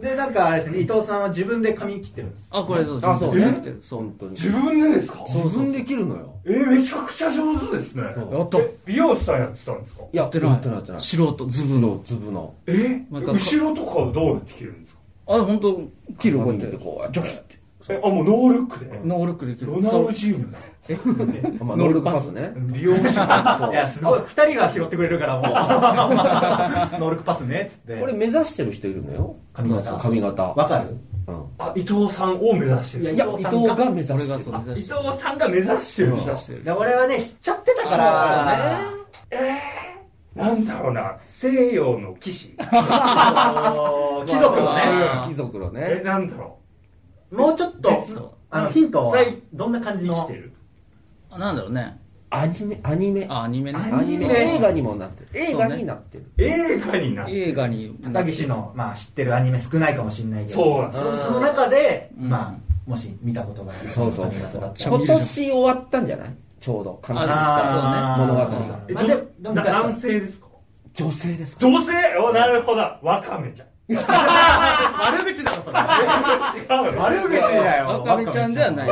[SPEAKER 4] う
[SPEAKER 2] でなんかあれですね伊藤さんは自分で髪切ってるんです
[SPEAKER 4] あこれそう
[SPEAKER 3] あそうね
[SPEAKER 4] 来てるそう
[SPEAKER 3] 本当に
[SPEAKER 5] 自分でですか
[SPEAKER 3] 自分で切るのよ
[SPEAKER 5] えー、めちゃくちゃ上手ですね
[SPEAKER 3] そう
[SPEAKER 4] やった
[SPEAKER 5] 美容師さんやってたんですか
[SPEAKER 3] や
[SPEAKER 4] や
[SPEAKER 3] っ
[SPEAKER 4] ってて
[SPEAKER 3] ないやってない
[SPEAKER 4] な
[SPEAKER 3] やってない
[SPEAKER 4] い素人ズブの
[SPEAKER 3] 粒の
[SPEAKER 5] え
[SPEAKER 4] なんか
[SPEAKER 5] 後ろとかはどうやって切るんですか
[SPEAKER 4] あ本当切るこうやっ
[SPEAKER 3] で
[SPEAKER 4] て
[SPEAKER 3] こうやって
[SPEAKER 4] ジョキって
[SPEAKER 5] えあもうノールックで
[SPEAKER 4] ノールックできる
[SPEAKER 5] ロナウジーニョだ
[SPEAKER 3] まあノールックパスね
[SPEAKER 5] 美容師さん
[SPEAKER 2] いやすごい二人が拾ってくれるからもうノールックパスねっつって
[SPEAKER 3] これ目指してる人いるのよ
[SPEAKER 2] 髪型
[SPEAKER 3] 髪型
[SPEAKER 2] わかる
[SPEAKER 5] あ、伊藤さんを目指してる。
[SPEAKER 3] いや、
[SPEAKER 2] 伊
[SPEAKER 3] 伊
[SPEAKER 2] 藤さん
[SPEAKER 3] 藤
[SPEAKER 2] が
[SPEAKER 3] が目指
[SPEAKER 4] 俺
[SPEAKER 3] し
[SPEAKER 4] が
[SPEAKER 3] て
[SPEAKER 4] そう
[SPEAKER 3] る。
[SPEAKER 4] 目
[SPEAKER 5] 伊
[SPEAKER 4] 指してる
[SPEAKER 5] 藤さんが目指してるんだ。
[SPEAKER 4] してる
[SPEAKER 2] で俺はね、知っちゃってたから、
[SPEAKER 5] なんだろうな、西洋の騎士
[SPEAKER 2] あの貴族のね、
[SPEAKER 4] あ
[SPEAKER 3] 貴族の
[SPEAKER 5] え、
[SPEAKER 3] ね。
[SPEAKER 5] なんだろ
[SPEAKER 2] もうちょっ
[SPEAKER 4] そう
[SPEAKER 2] と、あの、ヒントは
[SPEAKER 5] 最、
[SPEAKER 2] どんな感
[SPEAKER 5] う
[SPEAKER 2] じ
[SPEAKER 5] 生き
[SPEAKER 2] の
[SPEAKER 5] て、る。
[SPEAKER 4] あなんだろうね
[SPEAKER 3] アニメ、アニメ。
[SPEAKER 4] あアニメね
[SPEAKER 3] アニメ。
[SPEAKER 5] アニメ
[SPEAKER 3] 映画にもなってる。映画
[SPEAKER 4] そうね
[SPEAKER 3] になってる。
[SPEAKER 5] 映画になる。
[SPEAKER 4] 映画に
[SPEAKER 2] 高岸の、まあ、知ってるアニメ少ないかもしれないけど、
[SPEAKER 5] そうなんですよ。
[SPEAKER 2] そその中で、
[SPEAKER 4] うん
[SPEAKER 2] まあ、もし見たことがある
[SPEAKER 3] そうそう
[SPEAKER 2] 人たちがだったら
[SPEAKER 3] 今年終わったんじゃないちょうど。彼女
[SPEAKER 2] あー
[SPEAKER 3] そうね物語が
[SPEAKER 5] え
[SPEAKER 2] まあで
[SPEAKER 5] 女
[SPEAKER 2] でも
[SPEAKER 5] だ
[SPEAKER 2] 確か
[SPEAKER 5] 男
[SPEAKER 2] に
[SPEAKER 5] 性ですか
[SPEAKER 3] 女性ですか
[SPEAKER 5] 女性お、なるほど。わかめちゃん。
[SPEAKER 2] 悪口だろ、それ。
[SPEAKER 5] 違うよ。
[SPEAKER 2] 悪口だよ。
[SPEAKER 4] わかめちゃんではな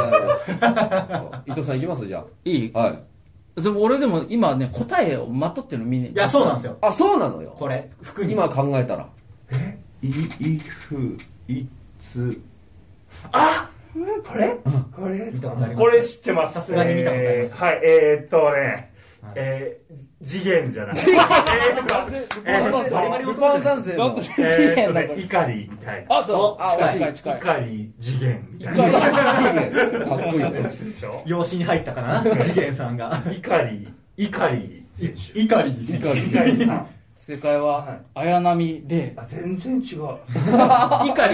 [SPEAKER 4] い
[SPEAKER 3] 伊藤さんいきますじゃ
[SPEAKER 4] いい
[SPEAKER 3] あ。はい。
[SPEAKER 4] でも俺でも今ね答えをまとってるの見ね
[SPEAKER 2] いや、そうなんですよ。
[SPEAKER 3] あ、そうなのよ。
[SPEAKER 2] これ、服に。
[SPEAKER 3] 今考えたら。
[SPEAKER 5] い、いふ、いつ。あこれこれです
[SPEAKER 2] 見た
[SPEAKER 5] か
[SPEAKER 2] ことあります
[SPEAKER 5] これ知ってます。
[SPEAKER 2] さすがに見たことあります
[SPEAKER 5] えーはい、えーっとね
[SPEAKER 2] はい、
[SPEAKER 5] えー、次元じゃない。えーっと
[SPEAKER 2] バリバリ
[SPEAKER 3] ルパン三世
[SPEAKER 4] だっ
[SPEAKER 3] の
[SPEAKER 4] て。
[SPEAKER 5] えーっと
[SPEAKER 4] 違う
[SPEAKER 5] ね、怒りみたいな。
[SPEAKER 4] あそうあ
[SPEAKER 3] 近い
[SPEAKER 4] 近い近い
[SPEAKER 5] 怒り次元みたいな。
[SPEAKER 3] かっこいいよ
[SPEAKER 5] で
[SPEAKER 3] ね。
[SPEAKER 5] すでしょ
[SPEAKER 2] 養子に入ったかな、 次元さんが。
[SPEAKER 5] 怒り、怒り選手。
[SPEAKER 2] 怒り
[SPEAKER 3] いかに
[SPEAKER 5] 怒りさん。
[SPEAKER 4] 正解は綾波レ
[SPEAKER 5] あ、全然違う。
[SPEAKER 4] イ怒り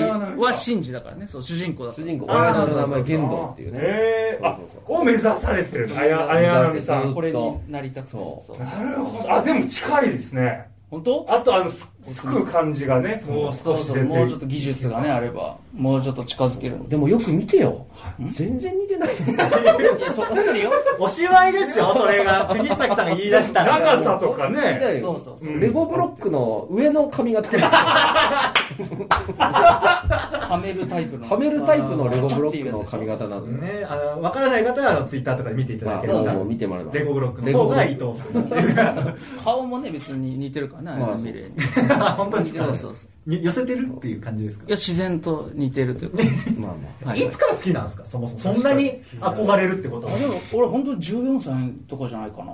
[SPEAKER 4] は真珠だからねそう主人公だか
[SPEAKER 3] 主
[SPEAKER 4] ら
[SPEAKER 3] 人公、
[SPEAKER 5] あー
[SPEAKER 3] 親父の名
[SPEAKER 5] そうそうそ
[SPEAKER 3] 前、
[SPEAKER 5] う
[SPEAKER 3] 玄道っていうね。
[SPEAKER 5] えー、あ
[SPEAKER 3] そうそうそう、
[SPEAKER 5] こう目指されてる。あや、あやなみさん。
[SPEAKER 4] これになりたくて
[SPEAKER 3] そう
[SPEAKER 4] そう
[SPEAKER 5] なるほど。あ、でも近いですね。
[SPEAKER 4] 本当
[SPEAKER 5] あと、あの、すすくう感じがね、もう
[SPEAKER 4] そ
[SPEAKER 5] 少
[SPEAKER 4] う
[SPEAKER 5] し
[SPEAKER 4] そ
[SPEAKER 5] 出
[SPEAKER 4] う
[SPEAKER 5] て
[SPEAKER 4] もうちょっと技術がねあればもうちょっと近づけるの
[SPEAKER 3] でもよく見てよ。全然似てない。
[SPEAKER 4] いやそう本当によ
[SPEAKER 2] お芝居ですよ、それが。国崎さんが言い出したら。
[SPEAKER 5] 長さとか
[SPEAKER 3] 似てな
[SPEAKER 5] ね。
[SPEAKER 3] い
[SPEAKER 4] そ
[SPEAKER 3] よ
[SPEAKER 4] うそうそう
[SPEAKER 5] うん
[SPEAKER 3] レゴブロックの上の髪型。
[SPEAKER 4] はめるタイ プの
[SPEAKER 3] はめるタイプのレゴブロックの髪型なのよ。
[SPEAKER 2] ね、あの、わからない方は、あの、ツイッターとかで見ていただ
[SPEAKER 3] まあ、
[SPEAKER 2] けれ
[SPEAKER 3] も
[SPEAKER 2] ば
[SPEAKER 3] う、見てもらえば。
[SPEAKER 2] レゴブロックの方が伊
[SPEAKER 3] レゴブロック
[SPEAKER 2] 藤さん。
[SPEAKER 4] 顔もね別に似てるからね
[SPEAKER 3] まあ
[SPEAKER 4] 綾波レイに
[SPEAKER 2] 本当に
[SPEAKER 4] そうそうそう
[SPEAKER 2] に寄せてるっていう感じですか
[SPEAKER 4] いや自然と似てるというか
[SPEAKER 3] まあまあ。
[SPEAKER 4] はい
[SPEAKER 2] いつから好きなんですか、そもそも。そんなに憧れるってことは
[SPEAKER 4] あでも俺本当に14歳とかじゃないかな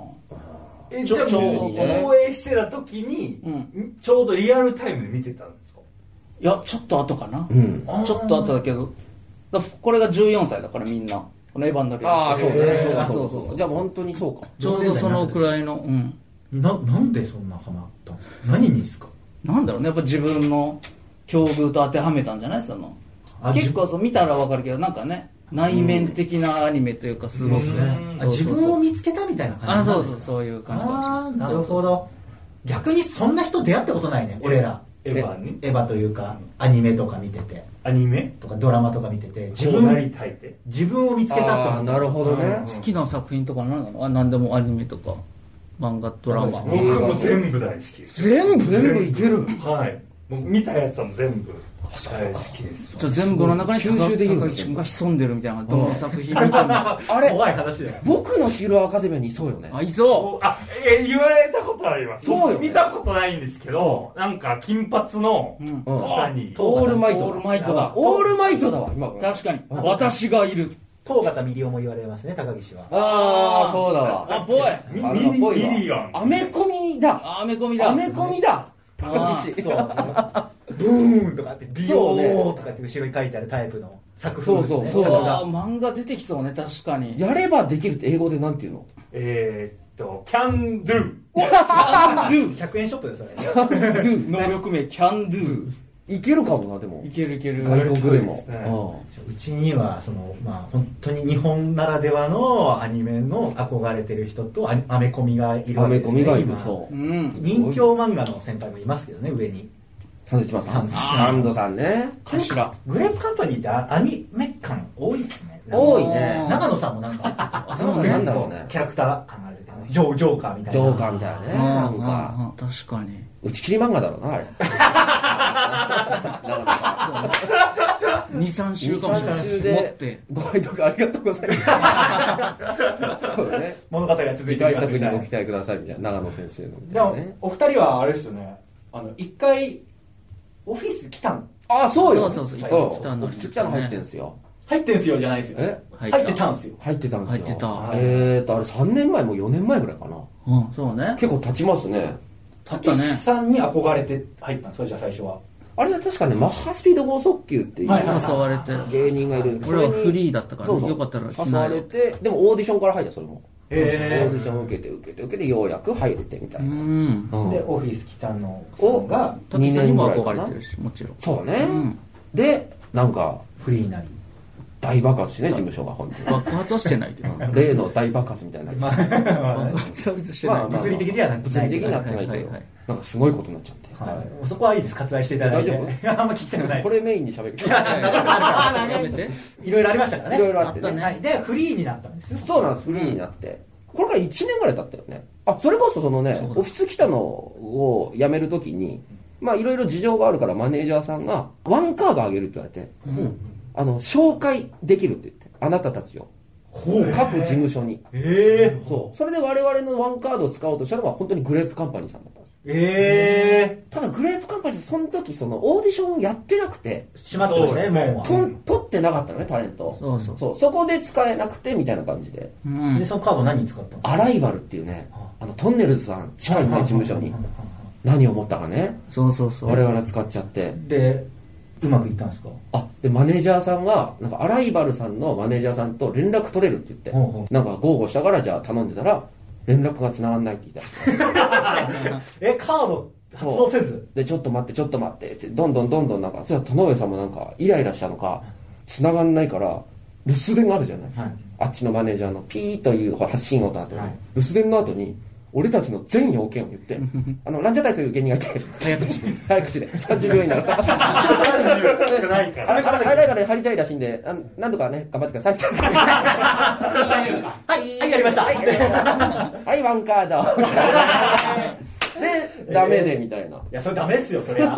[SPEAKER 5] えじゃあ
[SPEAKER 4] ちょ
[SPEAKER 5] もう、
[SPEAKER 3] ちょうどね
[SPEAKER 5] 放映してた時に
[SPEAKER 4] うん、
[SPEAKER 5] ちょうどリアルタイムで見てたんですか
[SPEAKER 4] いやちょっと後かな
[SPEAKER 3] うん。
[SPEAKER 5] あー
[SPEAKER 4] ちょっと後だけどだこれが14歳だからみんなこのエヴァンの
[SPEAKER 3] ああ、そうね。そう
[SPEAKER 4] あ
[SPEAKER 3] だ
[SPEAKER 4] そ
[SPEAKER 3] そうう
[SPEAKER 4] そ
[SPEAKER 3] そうう
[SPEAKER 4] そ
[SPEAKER 3] そうう。じゃあ本当にそうか。
[SPEAKER 4] ちょうどそのくらいのうん
[SPEAKER 2] な、なんでそんなハマったんですか何にですか
[SPEAKER 4] なんだろうねやっぱ自分の境遇と当てはめたんじゃないその
[SPEAKER 2] あ
[SPEAKER 4] 結構そう見たらわかるけどなんかね内面的なアニメというかすごく
[SPEAKER 5] う
[SPEAKER 4] ね
[SPEAKER 5] ん
[SPEAKER 2] あ
[SPEAKER 4] そう
[SPEAKER 2] 自
[SPEAKER 4] そうそう
[SPEAKER 2] 分を見つけたみたいな感
[SPEAKER 4] あ
[SPEAKER 2] じな
[SPEAKER 4] そ
[SPEAKER 2] ん
[SPEAKER 4] う
[SPEAKER 2] です
[SPEAKER 4] そう
[SPEAKER 2] か
[SPEAKER 4] そういう感じ
[SPEAKER 2] あーなる
[SPEAKER 4] そ
[SPEAKER 2] ほ
[SPEAKER 4] うそう
[SPEAKER 2] ど逆にそんな人出会ったことないね俺ら
[SPEAKER 5] エヴァに
[SPEAKER 2] エヴァというかアニメとか見てて
[SPEAKER 5] アニメ
[SPEAKER 2] とかドラマとか見てて自
[SPEAKER 5] こうなり
[SPEAKER 2] 分
[SPEAKER 5] たいって。
[SPEAKER 2] 自分を見つけたって
[SPEAKER 3] あ
[SPEAKER 2] こ
[SPEAKER 3] あ、
[SPEAKER 2] と
[SPEAKER 3] なるほどね。
[SPEAKER 4] 好きな作品とか何なのあ何でもアニメとか漫画ドラマ
[SPEAKER 2] そう
[SPEAKER 5] 僕も全部大好きです。
[SPEAKER 3] 全部全部いける。
[SPEAKER 5] はい。もう見たやつはもう全部大好きです。
[SPEAKER 4] じゃあ全部の中に
[SPEAKER 3] 吸収できる
[SPEAKER 4] 高岸君が潜んでるみたいなどの作品見て も
[SPEAKER 3] あれ、
[SPEAKER 2] 怖い話だよ
[SPEAKER 3] 僕のヒーローアカデミアにいそうよね。
[SPEAKER 4] あいそ
[SPEAKER 5] おあ、えー言われたことあります。
[SPEAKER 3] そうよね
[SPEAKER 5] 見たことないんですけど、なんか金髪の
[SPEAKER 4] う、うん、
[SPEAKER 3] うん
[SPEAKER 5] 方に、
[SPEAKER 3] オールマイトだ。
[SPEAKER 4] オールマイトだ
[SPEAKER 3] オールマイトだわ、今。
[SPEAKER 4] 確かに私がいる
[SPEAKER 2] 東方ミリオも言われますね高岸は
[SPEAKER 3] ああ、そうだわ。
[SPEAKER 4] あぽい
[SPEAKER 5] ミ
[SPEAKER 3] あ
[SPEAKER 5] ミ
[SPEAKER 3] ぽい
[SPEAKER 5] ミ
[SPEAKER 3] わ
[SPEAKER 5] リオン。
[SPEAKER 3] アメコミだ。
[SPEAKER 4] あめ込みだ
[SPEAKER 3] アメコミだ。高
[SPEAKER 4] あ
[SPEAKER 3] 岸。
[SPEAKER 2] そうブーンとかって美
[SPEAKER 3] そう
[SPEAKER 2] 容
[SPEAKER 3] ね
[SPEAKER 2] とかって後ろに書いてあるタイプの作風ですね
[SPEAKER 3] そう
[SPEAKER 4] う
[SPEAKER 2] 作
[SPEAKER 4] わ
[SPEAKER 2] 画
[SPEAKER 4] 漫画出てきそうね確かに
[SPEAKER 3] やればできるって英語でなんていうの
[SPEAKER 5] えーっと、キャンドゥ。
[SPEAKER 4] do
[SPEAKER 2] 100円ショップですよね
[SPEAKER 4] do 能力名 can do
[SPEAKER 3] いけるかもな、でも
[SPEAKER 4] い。けるいける
[SPEAKER 3] 外国で
[SPEAKER 5] いけるで
[SPEAKER 3] も。
[SPEAKER 2] うちにはその、まあ、本当に日本ならではのアニメの憧れてる人とアアメコミがいる
[SPEAKER 3] ア
[SPEAKER 2] わけ
[SPEAKER 3] メ
[SPEAKER 2] で
[SPEAKER 3] コ
[SPEAKER 2] すね
[SPEAKER 3] ミがいる、
[SPEAKER 2] 今
[SPEAKER 3] そうう。
[SPEAKER 4] ん
[SPEAKER 2] 人気漫画の先輩もいますけどね上に
[SPEAKER 3] サンドウィッチマンさん。
[SPEAKER 2] サ
[SPEAKER 3] サンドさんね。
[SPEAKER 4] 頭
[SPEAKER 2] グレープカンパニーってアアニメ感多いですね
[SPEAKER 3] 多いね。
[SPEAKER 2] 長野さんもなんか
[SPEAKER 3] そうなんだなんだろうね
[SPEAKER 2] キャラクター感が出てねジョージョーカーみたい
[SPEAKER 3] ジ
[SPEAKER 2] な
[SPEAKER 3] ョーカーみたいなね。なんか、
[SPEAKER 4] ああ確かに
[SPEAKER 3] 打ち切り漫画だろうな、あれ。
[SPEAKER 4] 23週かもしれな
[SPEAKER 3] 3
[SPEAKER 4] い
[SPEAKER 3] 週
[SPEAKER 4] 持
[SPEAKER 3] で
[SPEAKER 4] って
[SPEAKER 3] ご配読ありがとうございます。そうだね。
[SPEAKER 2] 物語が続い
[SPEAKER 3] 次
[SPEAKER 2] てい
[SPEAKER 3] 回
[SPEAKER 2] ますみ
[SPEAKER 3] 作に
[SPEAKER 2] たい
[SPEAKER 3] ご
[SPEAKER 2] な
[SPEAKER 3] 期待くださいみたいな長野先生のみ
[SPEAKER 7] で
[SPEAKER 3] たいな
[SPEAKER 7] も、
[SPEAKER 3] ね
[SPEAKER 7] お二人はあれですよねあの一回オフィス来たん
[SPEAKER 3] ああそうよ
[SPEAKER 4] そうそうそう
[SPEAKER 3] そう
[SPEAKER 4] 来たのに
[SPEAKER 3] 普通来たの入ってんすよ
[SPEAKER 7] 入ってんすよじゃないですよ
[SPEAKER 3] え
[SPEAKER 4] 入
[SPEAKER 7] 入ってたんすよ
[SPEAKER 3] 入ってたんですよ
[SPEAKER 4] 入ってた
[SPEAKER 3] えーとあれ3年前も4年前ぐらいかな
[SPEAKER 4] うんそうね
[SPEAKER 3] 結構経ちますね
[SPEAKER 4] 立っ
[SPEAKER 7] 岸
[SPEAKER 4] たね
[SPEAKER 7] さんに憧れて入ったんですよじゃあ最初は
[SPEAKER 3] あれは確かね、マッハスピード剛速球っていう
[SPEAKER 2] はいはい
[SPEAKER 4] 誘われて。
[SPEAKER 3] 芸人がいるんです
[SPEAKER 4] 俺はフリーだったから、
[SPEAKER 3] そうそう
[SPEAKER 4] よかったら来
[SPEAKER 3] 誘
[SPEAKER 4] な
[SPEAKER 3] わ
[SPEAKER 4] い
[SPEAKER 3] れて、でもオーディションから入った、それも。オー
[SPEAKER 2] え
[SPEAKER 3] ディション受けて受けて受けて、ようやく入れてみたいうな。
[SPEAKER 4] ん。
[SPEAKER 3] うん
[SPEAKER 2] でオフィス北野さんが
[SPEAKER 4] 滝さんにも
[SPEAKER 3] 二年ぐらい
[SPEAKER 4] 憧
[SPEAKER 3] か
[SPEAKER 4] れて
[SPEAKER 3] な
[SPEAKER 4] るし、もちろん。
[SPEAKER 3] そうね、
[SPEAKER 4] ん
[SPEAKER 3] でなんか
[SPEAKER 2] フリーになり
[SPEAKER 3] 大爆発してね事務所が本当
[SPEAKER 4] 爆発はしてないけ ど。
[SPEAKER 3] に例の大爆発みたいな
[SPEAKER 2] まあまあ
[SPEAKER 4] 爆発は別にして
[SPEAKER 3] ま
[SPEAKER 4] な
[SPEAKER 3] あ
[SPEAKER 4] い。
[SPEAKER 3] ま あ
[SPEAKER 2] 物理的ではなく
[SPEAKER 3] 物理的になってない
[SPEAKER 4] は
[SPEAKER 3] け
[SPEAKER 4] い
[SPEAKER 3] ど
[SPEAKER 4] はいはい
[SPEAKER 3] なんかすごいことになっちゃって、
[SPEAKER 2] はい、そこはいいです割愛していただいてあん
[SPEAKER 3] 大
[SPEAKER 2] ま聞きたくない
[SPEAKER 3] こ
[SPEAKER 2] で
[SPEAKER 3] れメインに喋る
[SPEAKER 4] やめて。
[SPEAKER 2] すいろいろありましたからね
[SPEAKER 3] いろいろあってね
[SPEAKER 4] あったね
[SPEAKER 2] はい、でフリーになったんですよ
[SPEAKER 3] そうなんですフリーになって、これから1年ぐらい経ったよねあそれこそそのね
[SPEAKER 4] そうだ
[SPEAKER 3] オフィス来たのを辞めるときにまあいろいろ事情があるからマネージャーさんがワンカードあげるって言われて、あの紹介できるって言ってあなたたちを
[SPEAKER 2] ほう
[SPEAKER 3] 各事務所に
[SPEAKER 2] え
[SPEAKER 3] そうそれで我々のワンカードを使おうとしたのが本当にグレープカンパニーさんだったんです
[SPEAKER 2] ええ
[SPEAKER 3] ただグレープカンパニーさんその時そのオーディションをやってなくて
[SPEAKER 2] ー、しまってましたね門は
[SPEAKER 3] とん取ってなかったのねタレントを
[SPEAKER 4] そうそう
[SPEAKER 3] そうそこで使えなくてみたいな感じで
[SPEAKER 4] うん
[SPEAKER 2] で。そのカード何に使ったの
[SPEAKER 3] アライバルっていうねあのトンネルズさんしかいない事務所に何を思ったかね
[SPEAKER 4] そうそうそう。
[SPEAKER 3] 我々使っちゃって
[SPEAKER 2] でうまくいったんですか
[SPEAKER 3] あでマネージャーさんがなんかアライバルさんのマネージャーさんと連絡取れるって言って
[SPEAKER 2] ほうほ
[SPEAKER 3] なんか豪語したからじゃあ頼んでたら連絡が繋がんないって言い出して
[SPEAKER 2] えカード発動せず
[SPEAKER 3] で、ちょっと待って、ちょっと待ってって、どんどんどんどんなんか、じゃあ、田上さんもなんか、イライラしたのか、繋がんないから、留守電があるじゃない、
[SPEAKER 2] はい
[SPEAKER 3] あっちのマネージャーのピーという発信音の後に、
[SPEAKER 2] はい
[SPEAKER 3] 留守電の後に、俺たちの全要件を言 って、あの、ランジャタイという芸人がいて、
[SPEAKER 4] 早口。
[SPEAKER 3] 早口で、30秒以内 なら、
[SPEAKER 5] 30少ないか
[SPEAKER 3] あ
[SPEAKER 5] ら。
[SPEAKER 3] れからハイライバルに入りたいらしいんで、あなんとかね、頑張ってくださいって。
[SPEAKER 2] はいはいやりました
[SPEAKER 3] はい、ワンカー ド。で、ダメで、みたいな。
[SPEAKER 2] いやそれダメっすよそりゃ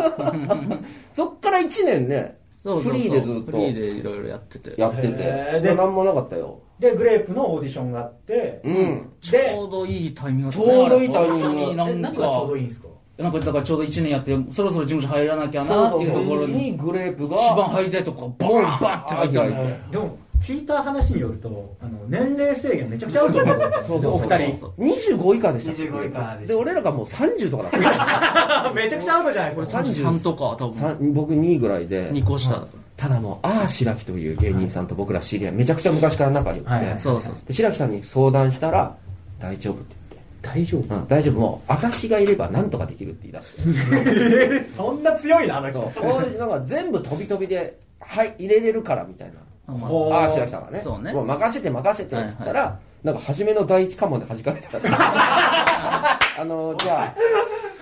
[SPEAKER 3] そっから1年ね、
[SPEAKER 4] そうそう
[SPEAKER 3] フ
[SPEAKER 4] そう。
[SPEAKER 3] リーでずっと
[SPEAKER 4] フリーでいろいろやってて。
[SPEAKER 3] やって
[SPEAKER 2] へー
[SPEAKER 3] て、
[SPEAKER 2] で
[SPEAKER 3] で、なんもなかったよ。
[SPEAKER 2] でグレープのオーディションがあって
[SPEAKER 3] うん。
[SPEAKER 4] ち
[SPEAKER 2] で
[SPEAKER 4] ょうどいいタイミングだ
[SPEAKER 3] ちょうどいいタイミング
[SPEAKER 4] 本当にな
[SPEAKER 2] え
[SPEAKER 4] ん
[SPEAKER 2] 何が
[SPEAKER 4] か、
[SPEAKER 2] ちょうどいいんですか
[SPEAKER 4] なんかだからちょうど1年やって、そろそろ事務所入らなきゃ
[SPEAKER 3] そ
[SPEAKER 4] な
[SPEAKER 3] う
[SPEAKER 4] って
[SPEAKER 3] そう
[SPEAKER 4] いうところに、
[SPEAKER 3] にグレープが
[SPEAKER 4] 一番入りたいとこがボンバンって入ったのよ。
[SPEAKER 2] でも聞いた話によるとあの年齢制限めちゃくちゃあると思うんですよ
[SPEAKER 3] そうそう
[SPEAKER 2] お二
[SPEAKER 3] そう
[SPEAKER 2] 人
[SPEAKER 3] 25以下でしたっけ
[SPEAKER 2] 25以下でした
[SPEAKER 3] で俺らがもう30とかだった
[SPEAKER 2] あ めちゃくちゃアウトじゃないですか
[SPEAKER 3] 30
[SPEAKER 4] 3とか、多分。
[SPEAKER 3] 三僕2位ぐらいで
[SPEAKER 4] 2個下。
[SPEAKER 3] ただもうああ白木という芸人さんと僕ら知り合いめちゃくちゃ昔から仲良くて、
[SPEAKER 2] はいはい
[SPEAKER 4] そうそう。
[SPEAKER 3] で白木さんに相談したら大丈夫って
[SPEAKER 2] 大丈
[SPEAKER 3] 言って、うん、大丈夫もう私がいれば何とかできるって言い出して
[SPEAKER 2] そんな強いなあの 人
[SPEAKER 3] そうなんか全部飛び飛びで、はい、入れれるからみたいな
[SPEAKER 2] ほう
[SPEAKER 3] ああ白木さんがね
[SPEAKER 4] そうね
[SPEAKER 3] もう任せて任せてって言ったら、なんか初めの第一関門で弾かれてた あのじゃあ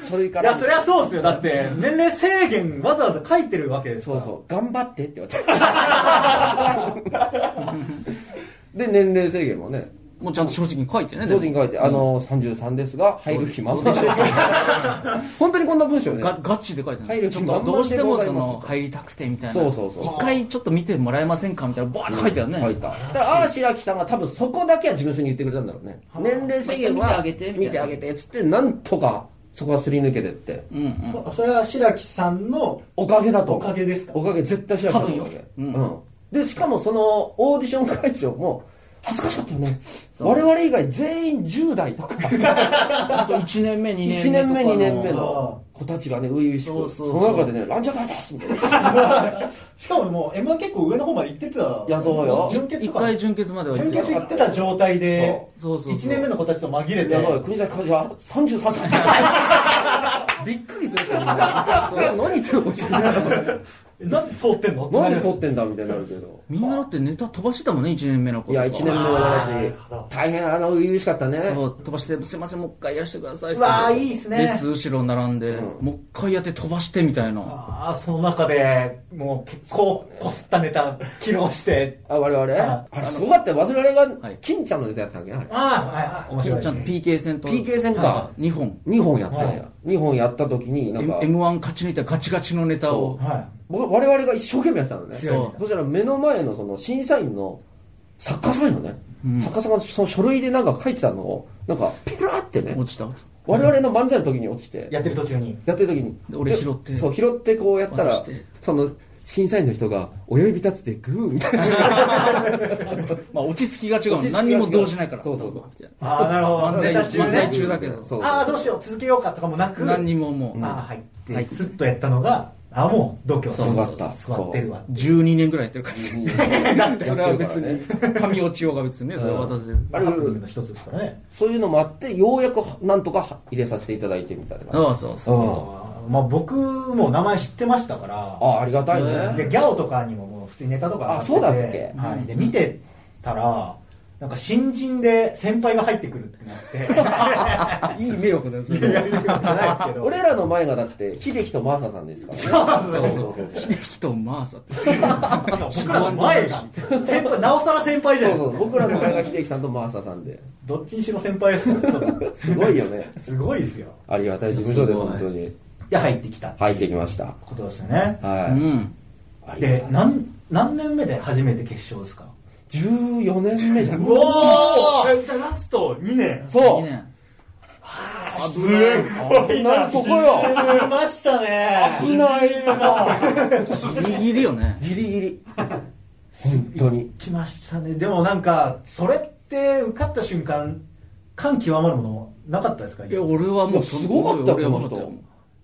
[SPEAKER 3] 書類か
[SPEAKER 2] い
[SPEAKER 3] ら
[SPEAKER 2] やそりゃそうっすよだって年齢制限わざわざ書いてるわけですから
[SPEAKER 3] そうそう頑張ってって言わ れてで年齢制限もね
[SPEAKER 4] もうちゃんと正直に書いてね。で
[SPEAKER 3] 当
[SPEAKER 4] も
[SPEAKER 3] 時に書いて、あの33ですが入る気満々です 本当にこんな文章ね
[SPEAKER 4] がガチで書いてな
[SPEAKER 3] 入
[SPEAKER 4] い
[SPEAKER 3] る
[SPEAKER 4] ち
[SPEAKER 3] 気
[SPEAKER 4] ょっとどうしてもそ
[SPEAKER 3] 満々でござい
[SPEAKER 4] の
[SPEAKER 3] ます
[SPEAKER 4] 入りたくてみたいな
[SPEAKER 3] そうそうそう
[SPEAKER 4] 一回ちょっと見てもらえませんかみたいなバーって書いてあるね
[SPEAKER 3] 書いただからああ白木さんが多分そこだけは事務所に言ってくれたんだろうね年齢制限は
[SPEAKER 4] まあ一回見てあげてみたいな
[SPEAKER 3] 見てあげてっつってなんとかそこはすり抜けてって
[SPEAKER 4] うんうん
[SPEAKER 2] それは白木さんの
[SPEAKER 3] おかげだと
[SPEAKER 2] おかげですか
[SPEAKER 3] おかげ絶対白木さんのおかげ
[SPEAKER 4] 多
[SPEAKER 3] う
[SPEAKER 4] 分よ
[SPEAKER 3] ん、
[SPEAKER 4] うん
[SPEAKER 3] でしかもそのオーディション会場も恥ずかしかったよね
[SPEAKER 4] そう
[SPEAKER 3] 我々以外全員10代とか
[SPEAKER 4] あと1年目2
[SPEAKER 3] 1
[SPEAKER 4] 年
[SPEAKER 3] 年目2
[SPEAKER 4] 目とかの
[SPEAKER 3] 年目の子たちがね初々しくそ
[SPEAKER 4] そうそうそう
[SPEAKER 3] の中でね「ランジャタイです」みたいな
[SPEAKER 2] しかももう m 1結構上の方まで行ってた
[SPEAKER 3] いやそうよ
[SPEAKER 2] 準決
[SPEAKER 4] 一
[SPEAKER 2] とか
[SPEAKER 4] 回準決までは行っ
[SPEAKER 2] 準
[SPEAKER 4] て
[SPEAKER 2] 決行ってた状態で
[SPEAKER 4] そうそうそう
[SPEAKER 2] 1年目の子たちと紛れ
[SPEAKER 3] いやばい
[SPEAKER 2] て
[SPEAKER 3] 国崎和也は33歳 びっくりするからねいや何言ってるのこいつ
[SPEAKER 2] なんで通ってんの
[SPEAKER 3] なんで撮ってんだみたいになるけど
[SPEAKER 4] みんなだってネタ飛ばしてたもんね1年目の子
[SPEAKER 3] い
[SPEAKER 4] と
[SPEAKER 3] や
[SPEAKER 4] か
[SPEAKER 3] 1年目の俺たち大変あの初々しかったね
[SPEAKER 4] そう飛ばして「すいませんもう一回やらせてください」
[SPEAKER 2] うわーいいっすね
[SPEAKER 4] 列後ろ並んで、
[SPEAKER 3] う
[SPEAKER 4] もう一回やって飛ばしてみたいな
[SPEAKER 2] ああその中でもう結構こすったネタ披露して
[SPEAKER 3] あ我々あれすごかったよ忘れられが
[SPEAKER 4] い
[SPEAKER 3] 金ちゃんのネタやったんだっけな
[SPEAKER 2] ああはい面
[SPEAKER 4] ち
[SPEAKER 2] 白いで
[SPEAKER 4] ゃ
[SPEAKER 2] す
[SPEAKER 4] んと
[SPEAKER 2] ね
[SPEAKER 4] PK 戦と
[SPEAKER 3] PK 戦か
[SPEAKER 4] 2本
[SPEAKER 3] 2本やったん
[SPEAKER 2] は
[SPEAKER 3] や2本やった時になん
[SPEAKER 4] m
[SPEAKER 3] か
[SPEAKER 4] 1勝ち抜いたガチガチのネタを
[SPEAKER 2] は
[SPEAKER 3] 僕我々が一生懸命やってたのね
[SPEAKER 2] 強
[SPEAKER 4] いね
[SPEAKER 3] そしたら目の前のその審査員の作家さんよね、作家さんがその書類でなんか書いてたのをなんかピクラってね
[SPEAKER 4] 落ちた
[SPEAKER 3] 我々の漫才の時に落ちて
[SPEAKER 2] いやってる途中に
[SPEAKER 3] やってる時に
[SPEAKER 4] で俺拾って
[SPEAKER 3] そう拾ってこうやったら
[SPEAKER 4] 渡して
[SPEAKER 3] その審査員の人が親指立ててグーみたいな
[SPEAKER 4] まあ落ち着きが違
[SPEAKER 3] 落ち着きが違
[SPEAKER 4] う
[SPEAKER 3] う
[SPEAKER 4] 何にも動じないから
[SPEAKER 3] そうそうそう
[SPEAKER 4] う
[SPEAKER 2] ああなるほど
[SPEAKER 4] 漫才
[SPEAKER 2] ネタ中
[SPEAKER 4] 漫
[SPEAKER 2] ね
[SPEAKER 4] 才中だけど
[SPEAKER 3] そう
[SPEAKER 2] ああどうしよう続けようかとかもなく
[SPEAKER 4] 何にももう、
[SPEAKER 2] ああ入って
[SPEAKER 4] はい
[SPEAKER 2] スッとやったのがあもう度胸
[SPEAKER 3] そうだった
[SPEAKER 2] 座ってるわ
[SPEAKER 4] 12年ぐらいやってるから
[SPEAKER 3] だって
[SPEAKER 4] それは別に神落ちようが別にねそれは私で
[SPEAKER 2] ハプニングの一つですからね
[SPEAKER 3] そういうのもあってようやくなんとか入れさせていただいてみたいな
[SPEAKER 4] ああそうそうそ
[SPEAKER 2] あーまあ僕も名前知ってましたから
[SPEAKER 3] あありがたいね
[SPEAKER 2] でギャオとかにももう普通にネタとか
[SPEAKER 3] あそうだっけ
[SPEAKER 2] はい、で見てたらなんか新人で先輩が入ってくるってなっ て
[SPEAKER 4] ういい迷惑だよそれ
[SPEAKER 2] いやいやじゃないですけど
[SPEAKER 3] 俺らの前がだって秀樹とマーサさんですからね
[SPEAKER 4] そうそう秀樹とマーサって
[SPEAKER 2] 僕らの前が先輩なおさら先輩じゃ
[SPEAKER 3] そ
[SPEAKER 2] な
[SPEAKER 3] う
[SPEAKER 2] いで
[SPEAKER 3] そ
[SPEAKER 2] すか
[SPEAKER 3] う僕らの前が秀樹さんとマーサさんで
[SPEAKER 2] どっちにしろ先輩ですからそう
[SPEAKER 3] すごいよね
[SPEAKER 2] すごいですよ
[SPEAKER 3] ありがたい事務所で
[SPEAKER 4] いやすご
[SPEAKER 3] 本
[SPEAKER 4] い
[SPEAKER 3] 当に
[SPEAKER 2] で入ってきたって
[SPEAKER 3] 入ってきました
[SPEAKER 2] ことですよね
[SPEAKER 4] う
[SPEAKER 3] は
[SPEAKER 4] ん
[SPEAKER 3] いありが
[SPEAKER 2] で
[SPEAKER 3] たい
[SPEAKER 2] 何何年目で初めて決勝ですか
[SPEAKER 3] 14年目じゃん
[SPEAKER 2] お
[SPEAKER 5] えじゃあラスト2年
[SPEAKER 3] そう
[SPEAKER 4] いいね
[SPEAKER 5] すご いな
[SPEAKER 3] ここよ
[SPEAKER 2] 出ましたね
[SPEAKER 3] 危ないとこ
[SPEAKER 4] ギリギリよね
[SPEAKER 3] ギリギリ本当に
[SPEAKER 2] 来ましたねでもなんかそれって受かった瞬間感極まるものなかったですか
[SPEAKER 4] いや俺はもう
[SPEAKER 3] すごかった
[SPEAKER 4] 俺
[SPEAKER 3] こ
[SPEAKER 4] は
[SPEAKER 3] の
[SPEAKER 4] もう
[SPEAKER 3] 人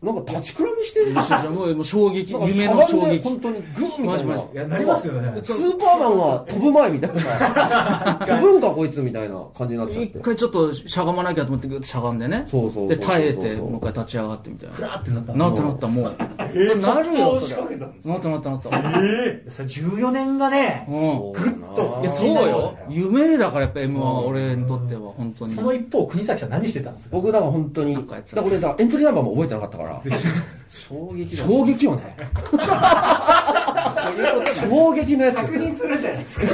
[SPEAKER 3] なんか立ちくらみしてる
[SPEAKER 4] 一緒じゃんもうもう衝撃
[SPEAKER 3] なんか
[SPEAKER 4] 夢の衝
[SPEAKER 3] しゃがんで
[SPEAKER 4] 撃
[SPEAKER 3] 本当にグーみ
[SPEAKER 4] マ
[SPEAKER 3] た
[SPEAKER 4] ジ
[SPEAKER 3] い
[SPEAKER 4] マ
[SPEAKER 3] な
[SPEAKER 4] ジ
[SPEAKER 2] いやなりますよね
[SPEAKER 3] スーパーマンは飛ぶ前みた いな飛ぶんかこいつみたいな感じになっちゃっ
[SPEAKER 4] 一
[SPEAKER 3] て
[SPEAKER 4] 回ちょっとしゃがまなきゃと思ってグッとしゃがんでね
[SPEAKER 3] そうそうそうそう
[SPEAKER 4] で耐えてもう一回立ち上がってみたいな
[SPEAKER 2] ふらってなったの
[SPEAKER 4] なったなったもう、
[SPEAKER 5] ー
[SPEAKER 4] それなるよ
[SPEAKER 5] そ
[SPEAKER 4] そ
[SPEAKER 5] こを仕掛け
[SPEAKER 4] れ
[SPEAKER 5] たんです
[SPEAKER 4] なったなったなった
[SPEAKER 5] え
[SPEAKER 2] それ14年がね
[SPEAKER 4] うん
[SPEAKER 2] グッと
[SPEAKER 4] いやそうよ夢だからやっぱ m 1は俺にとっては本当に
[SPEAKER 2] その一方国崎さん何してたんですか
[SPEAKER 3] 僕だから本当にだ
[SPEAKER 4] んか
[SPEAKER 3] か
[SPEAKER 4] やつ
[SPEAKER 3] ら俺だからエントリーナンバーも覚えてなかったから
[SPEAKER 4] 衝撃だ
[SPEAKER 3] 衝撃よね衝撃のやつ
[SPEAKER 5] 確認するじゃないですか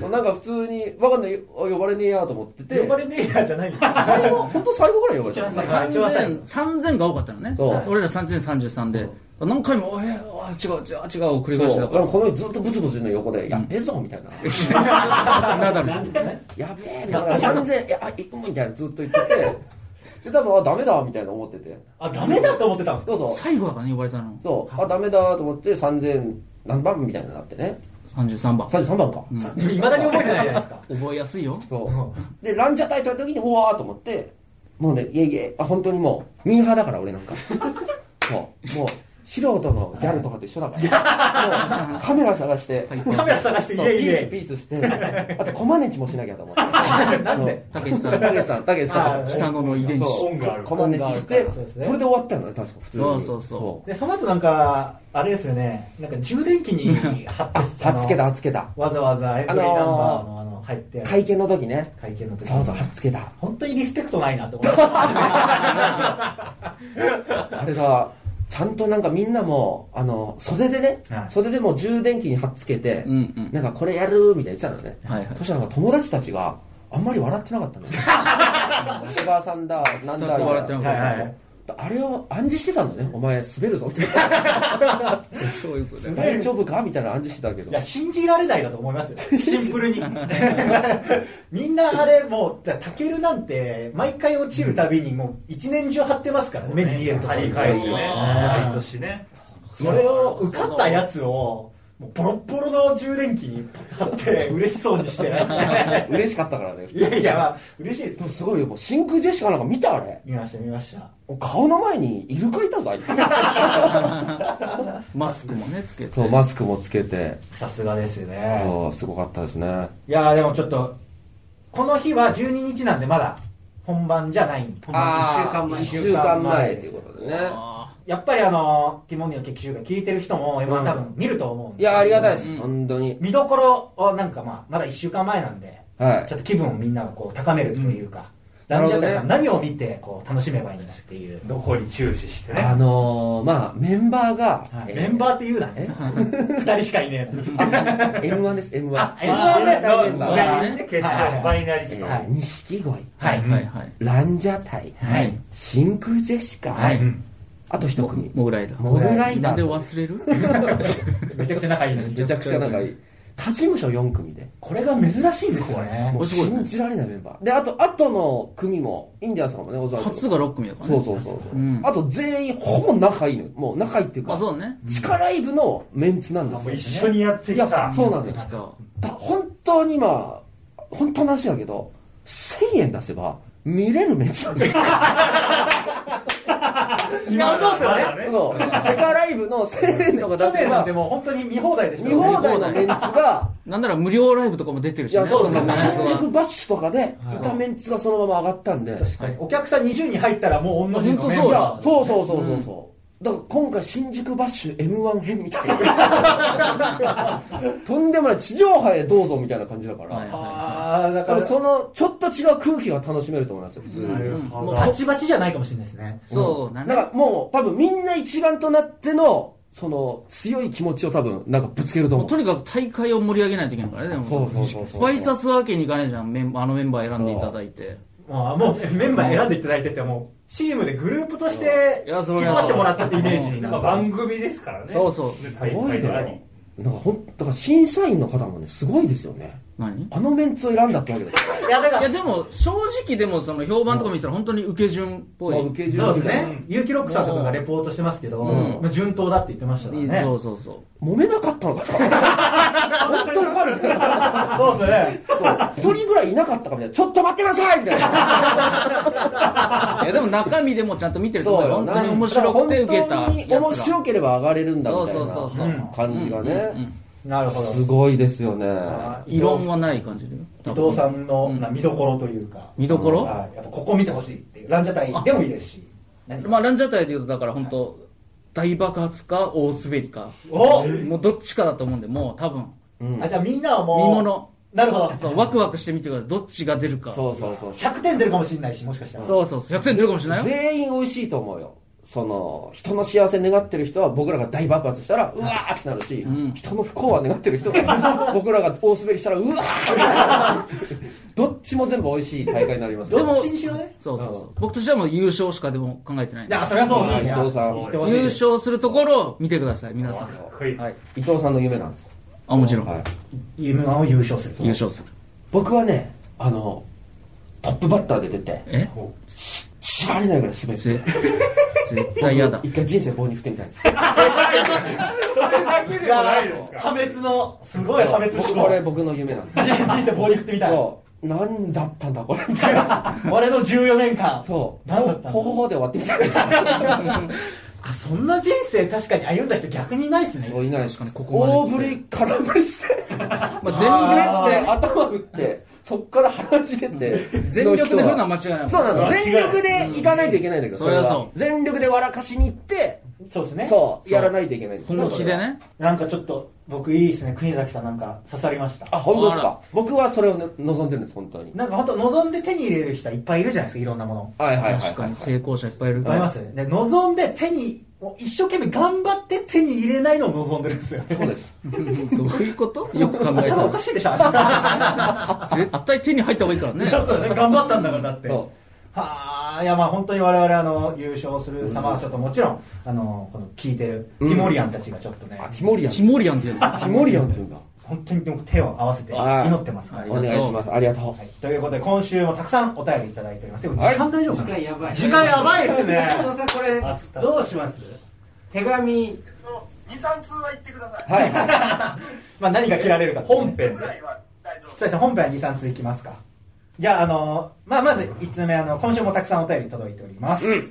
[SPEAKER 3] そうなんか普通にわかんないあ呼ばれねえやと思ってて
[SPEAKER 2] 呼ばれねえやじゃないんです
[SPEAKER 3] 最後本当最後ぐらい呼ばれた
[SPEAKER 2] 一番最後
[SPEAKER 4] 3000 3000が多かったのね
[SPEAKER 3] そう
[SPEAKER 4] 俺ら3033で何回も「えーあ違う違う違う」を繰り
[SPEAKER 3] そ
[SPEAKER 4] 返
[SPEAKER 3] う
[SPEAKER 4] して
[SPEAKER 3] だ
[SPEAKER 4] た
[SPEAKER 3] か
[SPEAKER 4] からら
[SPEAKER 3] このずっとブツブツの横で「やっべえぞ」みたいな
[SPEAKER 4] ナダル
[SPEAKER 3] やべえみたいな三千いやあ行くみたいなずっと言っててで多分あダメだみたいな思ってて
[SPEAKER 2] あダメだと思ってたんです
[SPEAKER 3] そう
[SPEAKER 2] か
[SPEAKER 3] そう
[SPEAKER 4] 最後だからね呼ばれたの
[SPEAKER 3] そうあダメだと思って三千何番みたいになってね
[SPEAKER 4] 33番
[SPEAKER 3] 三十三番か、
[SPEAKER 4] ん
[SPEAKER 3] さ
[SPEAKER 2] いまだに覚えてないじゃないですか
[SPEAKER 4] 覚えやすいよ
[SPEAKER 3] そうでランジャタイとやった時にうわーと思ってもうねいえいえあ本当にもうミーハーだから俺なん かそうもう素人のギャルとかと一緒だからもうカメラ探して、
[SPEAKER 2] カメラ探してい
[SPEAKER 3] そう
[SPEAKER 2] え
[SPEAKER 3] ピ
[SPEAKER 2] い
[SPEAKER 3] ースピ
[SPEAKER 2] え
[SPEAKER 3] ースしてあとコマネチもしなきゃと思って
[SPEAKER 2] なんで
[SPEAKER 4] たけしさん
[SPEAKER 3] たけしさんたけしさん
[SPEAKER 2] あ
[SPEAKER 4] 北野の遺伝子
[SPEAKER 3] そう
[SPEAKER 5] 音がある
[SPEAKER 3] コマネチ
[SPEAKER 2] 音
[SPEAKER 3] し
[SPEAKER 2] がある
[SPEAKER 3] て
[SPEAKER 2] から
[SPEAKER 3] そ,、
[SPEAKER 2] そうですね
[SPEAKER 3] れで終わったのね確か普通に
[SPEAKER 4] そうそうそう
[SPEAKER 2] でその後なんかあれですよねなんか充電器に貼
[SPEAKER 3] あ
[SPEAKER 2] って
[SPEAKER 3] はっつけたは
[SPEAKER 2] あ
[SPEAKER 3] っつけた
[SPEAKER 2] のわざわざエントリーナンバーのあの入ってある
[SPEAKER 3] 会見の時ね
[SPEAKER 2] 会見の時
[SPEAKER 3] そうそうはっつけた
[SPEAKER 2] 本当にリスペクトないなと思いました
[SPEAKER 3] あれがちゃんとなんかみんなもあの袖でね、
[SPEAKER 2] はい
[SPEAKER 3] 袖でもう充電器にはっつけて、
[SPEAKER 4] うんうん
[SPEAKER 3] なんかこれやるみたいな言ってたのね、
[SPEAKER 4] はいはい
[SPEAKER 3] そしたらなんか友達たちがあんまり笑ってなかったのよ長谷川さんだなんだ
[SPEAKER 4] 全く笑ってなかった
[SPEAKER 2] はいはい
[SPEAKER 3] あれを暗示してたのねお前滑るぞ みたいな
[SPEAKER 4] そういうことね
[SPEAKER 3] 大丈夫かみたいな暗示してたけど
[SPEAKER 2] いや信じられないだと思いますよ シンプルにみんなあれもうだタケルなんて毎回落ちるたびにもう一年中張ってますからね目に見えるとこ
[SPEAKER 5] 張
[SPEAKER 2] ろ
[SPEAKER 5] り
[SPEAKER 2] に
[SPEAKER 5] 替えてね
[SPEAKER 2] あー
[SPEAKER 5] 毎年ね
[SPEAKER 2] それを受かったやつをもうボロッボロの充電器に貼って 嬉しそうにして
[SPEAKER 3] 嬉しかったからね
[SPEAKER 2] いやいや、まあ、嬉しいです
[SPEAKER 3] でもすごいよもう真空ジェシカなんか見たあれ
[SPEAKER 2] 見ました見ました
[SPEAKER 3] 顔の前にイルカいたぞ あいつ
[SPEAKER 4] マスクもねつけて
[SPEAKER 3] そうマスクもつけて
[SPEAKER 2] さすがですね
[SPEAKER 3] そうすごかったですね
[SPEAKER 2] いやーでもちょっとこの日は12日なんでまだ本番じゃない
[SPEAKER 3] あー一週間前ということでね
[SPEAKER 4] あ
[SPEAKER 2] やっぱりあの、ティモンディの劇集会聞いてる人も、まあ多分見ると思うん
[SPEAKER 3] い
[SPEAKER 2] で。
[SPEAKER 3] やありがたいです、
[SPEAKER 4] うん
[SPEAKER 3] 本当に
[SPEAKER 2] 見どころをなんかまあ、まだ1週間前なんで、
[SPEAKER 3] はい
[SPEAKER 2] ちょっと気分をみんながこう高めるというか、
[SPEAKER 3] うん
[SPEAKER 2] ランジャタイ
[SPEAKER 3] なる
[SPEAKER 2] さ
[SPEAKER 3] ほ
[SPEAKER 2] ん何を見てこう楽しめばいいんだっていう。
[SPEAKER 5] どこに注視して
[SPEAKER 3] あ
[SPEAKER 5] ね
[SPEAKER 3] のー、まあメンバーが、
[SPEAKER 2] はいメンバーって言うな
[SPEAKER 3] え
[SPEAKER 2] ね。2人しかいねえのに
[SPEAKER 3] ー M1 です M1
[SPEAKER 2] あ M1
[SPEAKER 3] メンバ
[SPEAKER 5] 全
[SPEAKER 3] ー
[SPEAKER 5] 員
[SPEAKER 3] が
[SPEAKER 4] ね
[SPEAKER 5] で決勝ファイナリスト
[SPEAKER 2] はい
[SPEAKER 3] えー錦鯉
[SPEAKER 2] はい。
[SPEAKER 4] ーはいはい
[SPEAKER 3] ランジャタイ、
[SPEAKER 4] はい
[SPEAKER 3] 真空ジェシカ、
[SPEAKER 4] はい
[SPEAKER 5] うん
[SPEAKER 3] あと一組
[SPEAKER 4] モグライダー
[SPEAKER 3] モグライ
[SPEAKER 4] な
[SPEAKER 3] ダ
[SPEAKER 4] んで
[SPEAKER 3] ー
[SPEAKER 4] 忘れる
[SPEAKER 2] めちゃくちゃ仲いいのに
[SPEAKER 3] めち。ゃくちゃ仲いい他事務所4組で
[SPEAKER 2] これが珍しいんですよね
[SPEAKER 3] も。う信じられないメンバーであと後の組もインディアンスさんもねおそらく
[SPEAKER 4] 初が6組だからね
[SPEAKER 3] そうそうそうそう、
[SPEAKER 4] うん
[SPEAKER 3] あと全員ほぼ仲いいのよもう仲いいっていうか
[SPEAKER 4] あそうね
[SPEAKER 3] 地下ライブのメンツなんです
[SPEAKER 5] も
[SPEAKER 3] よ
[SPEAKER 5] う一緒にやって
[SPEAKER 3] い
[SPEAKER 5] き
[SPEAKER 3] や
[SPEAKER 5] た
[SPEAKER 3] そうなんです
[SPEAKER 4] 来た
[SPEAKER 3] だ本当に今本当の話だけど1000円出せば見れるメンツなんだよ
[SPEAKER 2] いやそうっすよね
[SPEAKER 5] まだ
[SPEAKER 3] そう地下ラ9の1000円とか
[SPEAKER 2] 去
[SPEAKER 3] 出せ
[SPEAKER 2] 年なん
[SPEAKER 3] ば
[SPEAKER 2] て、もう本当に見放題でした
[SPEAKER 3] 見
[SPEAKER 2] よね
[SPEAKER 3] 放題のメンツが、
[SPEAKER 4] なんなら無料ライブとかも出てる
[SPEAKER 3] い
[SPEAKER 4] しね、
[SPEAKER 3] や、そうです
[SPEAKER 4] のメンツ
[SPEAKER 3] 新
[SPEAKER 4] は
[SPEAKER 3] 宿バッシュとかで、いたメンツがそのまま上がったんで、
[SPEAKER 2] 確かにお客さん20人入ったらもう同じのメン
[SPEAKER 4] 本当そうだ
[SPEAKER 2] バ
[SPEAKER 4] よ
[SPEAKER 2] ー
[SPEAKER 3] そうそうそうそうそう。だから今回新宿バッシュ M1 編みたいな。とんでもない地上波へどうぞみたいな感じだから。
[SPEAKER 4] はい
[SPEAKER 2] ああだ
[SPEAKER 3] だ
[SPEAKER 2] か
[SPEAKER 3] かららそのちょっと違う空気が楽しめると思いますよ、普通に。
[SPEAKER 5] なるほ
[SPEAKER 4] も
[SPEAKER 5] ど
[SPEAKER 4] う
[SPEAKER 2] バチバチじゃないかもしれないですね
[SPEAKER 4] そうだ
[SPEAKER 3] なん
[SPEAKER 4] ね。
[SPEAKER 3] かもう多分みんな一丸となっての、その強い気持ちを多分なんかぶつけると
[SPEAKER 4] も
[SPEAKER 3] 思
[SPEAKER 4] う
[SPEAKER 3] う。
[SPEAKER 4] とにかく大会を盛り上げないといけないからね、でも
[SPEAKER 3] そうそうそうそう
[SPEAKER 4] 倍刺すわけにいかないじゃん、メンあのメンバー選んでいただいて。
[SPEAKER 2] まあもうメンバー選んでいただいてってもうチームでグループとして
[SPEAKER 4] い
[SPEAKER 2] 引っ
[SPEAKER 4] やそりゃ
[SPEAKER 2] 張ってもらったってイメージにな
[SPEAKER 5] まあ
[SPEAKER 2] る
[SPEAKER 5] 番組ですからね。
[SPEAKER 4] そうそう
[SPEAKER 5] で大
[SPEAKER 3] すご
[SPEAKER 5] 会
[SPEAKER 3] い
[SPEAKER 5] で
[SPEAKER 3] だ
[SPEAKER 5] あ
[SPEAKER 3] よ
[SPEAKER 5] り。。
[SPEAKER 3] なんかほん、だから審査員の方もね、すごいですよね。
[SPEAKER 4] 何
[SPEAKER 3] あのメンツを選んだってわけですよ。
[SPEAKER 2] いやだか
[SPEAKER 4] いや
[SPEAKER 2] ら
[SPEAKER 4] でも正直でもその評判とか見てたら本当に受け順っぽい、
[SPEAKER 3] まあ受け順
[SPEAKER 2] そうです
[SPEAKER 3] みたいな
[SPEAKER 2] ね結城ロックさんとかがレポートしてますけど
[SPEAKER 4] ん
[SPEAKER 2] まあ順当だって言ってましたからね
[SPEAKER 4] そ
[SPEAKER 2] ど
[SPEAKER 4] うそうそう
[SPEAKER 3] 揉めなかったのかな本当に悪くなかった
[SPEAKER 2] うする
[SPEAKER 3] そう一人ぐらいいなかったかみたいな。ちょっと待ってくださいみたいな。
[SPEAKER 4] いやでも中身でもちゃんと見てると思うよ本当に面白くて受けたや
[SPEAKER 3] 本当に面
[SPEAKER 4] つら
[SPEAKER 3] 白ければ上がれるんだみたい
[SPEAKER 4] そうそうそうそう
[SPEAKER 3] な感じが
[SPEAKER 4] うんうんう
[SPEAKER 3] ね
[SPEAKER 4] ん。
[SPEAKER 2] なるほど
[SPEAKER 3] すごいですよね。
[SPEAKER 2] あー
[SPEAKER 4] 異論はない感じで
[SPEAKER 2] 伊藤さ
[SPEAKER 4] ん
[SPEAKER 2] んのな見どころというか
[SPEAKER 4] 見どころ
[SPEAKER 2] はいやっぱここ見てほしいっていうランジャタイでもいいですし何か
[SPEAKER 4] まあランジャタイで言うとだから本当、大爆発か大滑りか
[SPEAKER 2] お
[SPEAKER 4] もうどっちかだと思うんでもう多分
[SPEAKER 3] うん
[SPEAKER 2] あじゃあみんなはもう
[SPEAKER 4] 見物
[SPEAKER 2] なるほど
[SPEAKER 4] そうワクワクしてみてくださいどっちが出るかそ
[SPEAKER 3] そうそうそう。
[SPEAKER 2] 100点出るかもしれないしもしかしたら
[SPEAKER 4] うそうそう100点出るかもしれないよ
[SPEAKER 3] 全員美味しいと思うよその人の幸せ願ってる人は僕らが大爆発したらうわーってなるし、
[SPEAKER 4] ん
[SPEAKER 3] 人の不幸は願ってる人 は僕らが大滑りしたらうわーってどっちも全部美味しい大会になります
[SPEAKER 4] で
[SPEAKER 3] よ
[SPEAKER 4] も
[SPEAKER 2] どっちにしろね
[SPEAKER 4] そうそうそう僕としてはもう優勝しかでも考えてないん
[SPEAKER 2] い
[SPEAKER 4] で
[SPEAKER 2] やそりゃそうだいや
[SPEAKER 3] 伊藤さん
[SPEAKER 2] 言ってほしい
[SPEAKER 4] 優
[SPEAKER 2] です
[SPEAKER 4] 勝するところを見てください皆さん
[SPEAKER 5] かっこいい。
[SPEAKER 4] はい
[SPEAKER 3] 伊藤さんの夢なんです、
[SPEAKER 4] あもちろん、
[SPEAKER 3] はい、
[SPEAKER 2] M1 を優勝する
[SPEAKER 4] 優勝する
[SPEAKER 3] 僕はねあのトップバッターで出て
[SPEAKER 4] え
[SPEAKER 3] 知られないぐらい滑って
[SPEAKER 4] ぜ絶対嫌だ
[SPEAKER 3] 一回人生棒に振ってみたいんです
[SPEAKER 5] それだけでもないですか
[SPEAKER 2] 破滅のすごい破滅思
[SPEAKER 3] 僕
[SPEAKER 2] 考
[SPEAKER 3] これ僕の夢なんです
[SPEAKER 2] 人人生棒に振ってみたい
[SPEAKER 3] そうなんだったんだこれみたいな
[SPEAKER 2] 俺の14年間
[SPEAKER 3] そう
[SPEAKER 2] 何だったんだ
[SPEAKER 3] ほほほで終わってみたいです
[SPEAKER 2] あそんな人生確かに歩んだ人逆にいないですね
[SPEAKER 3] そういないですか
[SPEAKER 4] 確か
[SPEAKER 3] ね
[SPEAKER 4] にここまで来て
[SPEAKER 3] 大振り空振りして
[SPEAKER 4] ま
[SPEAKER 3] 全力
[SPEAKER 2] あー
[SPEAKER 3] で頭打ってそっから鼻血出て
[SPEAKER 4] 全力で振るのは間
[SPEAKER 3] 間
[SPEAKER 4] 違いないもん
[SPEAKER 3] そうなの
[SPEAKER 5] 間違い
[SPEAKER 3] 全力で行かないといけないんだけど
[SPEAKER 4] それはそう
[SPEAKER 3] は全力で笑かしに行って
[SPEAKER 2] そうですね
[SPEAKER 3] そうやらないといけないんです
[SPEAKER 4] 本気でね
[SPEAKER 2] なんかちょっと僕いいですね国崎さんなんか刺さりました
[SPEAKER 3] あ本当です
[SPEAKER 4] あら
[SPEAKER 3] か僕はそれをね望んでるんです本当に
[SPEAKER 2] なんか本当望んで手に入れる人はいっぱいいるじゃないですかいろんなもの
[SPEAKER 3] はいはいはい
[SPEAKER 4] 確かに成功者いっぱいいる
[SPEAKER 2] わかりますで望んで手にもう一生懸命頑張って手に入れないのを望んでるんですよね
[SPEAKER 3] そうです
[SPEAKER 4] どういうことよく考えた
[SPEAKER 2] 頭おからしいでしょ そう
[SPEAKER 4] 絶対手に入った方がいいからね
[SPEAKER 2] そうね頑張ったんだからだって
[SPEAKER 3] そ
[SPEAKER 2] はあいやまあ本当に我々あの優勝する様はちょっともちろんあのこの聞いてるティモリアンたちがちょっとね、
[SPEAKER 3] あティモリアン
[SPEAKER 4] キ
[SPEAKER 3] テ
[SPEAKER 4] モリアンっていうの
[SPEAKER 3] ィモリアンっていうんだ
[SPEAKER 2] 本当にもう手を合わせて
[SPEAKER 3] はい
[SPEAKER 2] 祈ってますから、
[SPEAKER 3] お願いしますありがとう
[SPEAKER 2] はい、ということで今週もたくさんお便りいただいておりますでも時
[SPEAKER 3] はい
[SPEAKER 2] 間大丈夫か
[SPEAKER 8] 時
[SPEAKER 2] な
[SPEAKER 8] 間やばい
[SPEAKER 2] 時間やばいですね
[SPEAKER 8] 伊藤さんこれどうします手紙
[SPEAKER 9] 23通は言ってください
[SPEAKER 3] はいはい
[SPEAKER 2] まあ何が切られるかっていうね
[SPEAKER 5] 本編で
[SPEAKER 9] ぐ。らいは大丈夫
[SPEAKER 2] そうですね本編は23通いきますかじゃああのまあまず1つ目あの今週もたくさんお便り届いております、
[SPEAKER 5] えー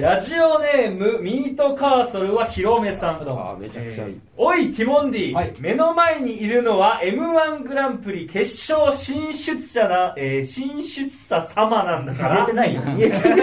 [SPEAKER 5] ラジオネーム、ミートカーソルは広めさん。
[SPEAKER 2] どうも
[SPEAKER 3] あめちゃくちゃい
[SPEAKER 5] えー
[SPEAKER 3] い
[SPEAKER 5] おいティモンディ、
[SPEAKER 2] はい
[SPEAKER 5] 目の前にいるのは m 1グランプリ決勝進出者な、えー進出者様なんだか
[SPEAKER 2] 言え
[SPEAKER 5] ら
[SPEAKER 2] てないよ言えてない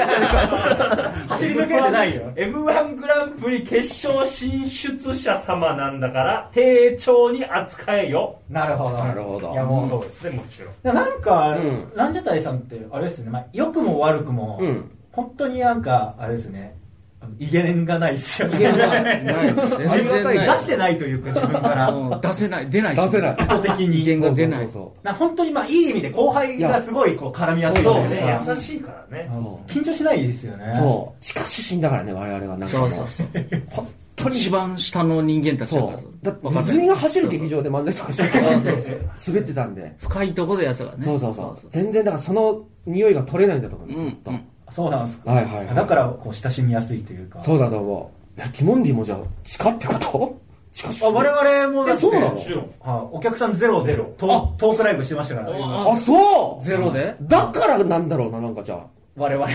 [SPEAKER 2] 走り抜けてないよ
[SPEAKER 5] m 1グランプリ決勝進出者様なんだから丁重に扱えよ
[SPEAKER 2] なるほど
[SPEAKER 3] なるほど
[SPEAKER 2] いやもう
[SPEAKER 5] そうですねもちろん
[SPEAKER 2] でもなんか、
[SPEAKER 3] うん
[SPEAKER 2] ランジャタイさんってあれですよね、まあ、良くも悪くも、
[SPEAKER 3] うん
[SPEAKER 2] 本当になんかあれですよねあの威厳がないですよね
[SPEAKER 4] 威厳がないない全然ない
[SPEAKER 2] 自分出してないというか自分から
[SPEAKER 4] うん出せない出ないし
[SPEAKER 3] 出せない
[SPEAKER 2] 意図的に
[SPEAKER 4] 意見が出ない
[SPEAKER 3] そうそう
[SPEAKER 2] な本当にまあいい意味で後輩がすごいこう絡みやすいと
[SPEAKER 5] そう
[SPEAKER 2] いう
[SPEAKER 5] ね優
[SPEAKER 2] か
[SPEAKER 5] しいからね
[SPEAKER 2] うん緊張しないですよね
[SPEAKER 3] そうそうしかし死んだからね我々はなんか
[SPEAKER 4] そ
[SPEAKER 3] も
[SPEAKER 4] う
[SPEAKER 3] う
[SPEAKER 4] そうそう
[SPEAKER 3] 本当に
[SPEAKER 4] 一番下の人間たちだ
[SPEAKER 3] そ
[SPEAKER 4] から
[SPEAKER 3] う。だって、
[SPEAKER 4] わかんない
[SPEAKER 3] 泉が走る劇場で漫才とかして
[SPEAKER 4] そ
[SPEAKER 3] た
[SPEAKER 4] うそうそう
[SPEAKER 3] 滑ってたんで。
[SPEAKER 4] 深いとこでやつがね
[SPEAKER 3] そうそうそう。全然、だからその匂いが取れないんだと思います、ずっと。
[SPEAKER 4] うん
[SPEAKER 2] そうなんですか
[SPEAKER 3] はいはいはい
[SPEAKER 2] だからこう親しみやすいというか
[SPEAKER 3] そうだと思う。いや、ティモンディもじゃあ、地下ってこと地下
[SPEAKER 2] あ我々もだって
[SPEAKER 3] えそうなの
[SPEAKER 5] もちろん
[SPEAKER 2] はいお客さんゼロ
[SPEAKER 5] ゼ
[SPEAKER 2] ゼ
[SPEAKER 5] ロ
[SPEAKER 2] ロトトークライブしてましたから
[SPEAKER 4] あ
[SPEAKER 3] あ、そう
[SPEAKER 4] ゼロで
[SPEAKER 3] だからなんだろうな、なんかじゃあ。
[SPEAKER 2] 我々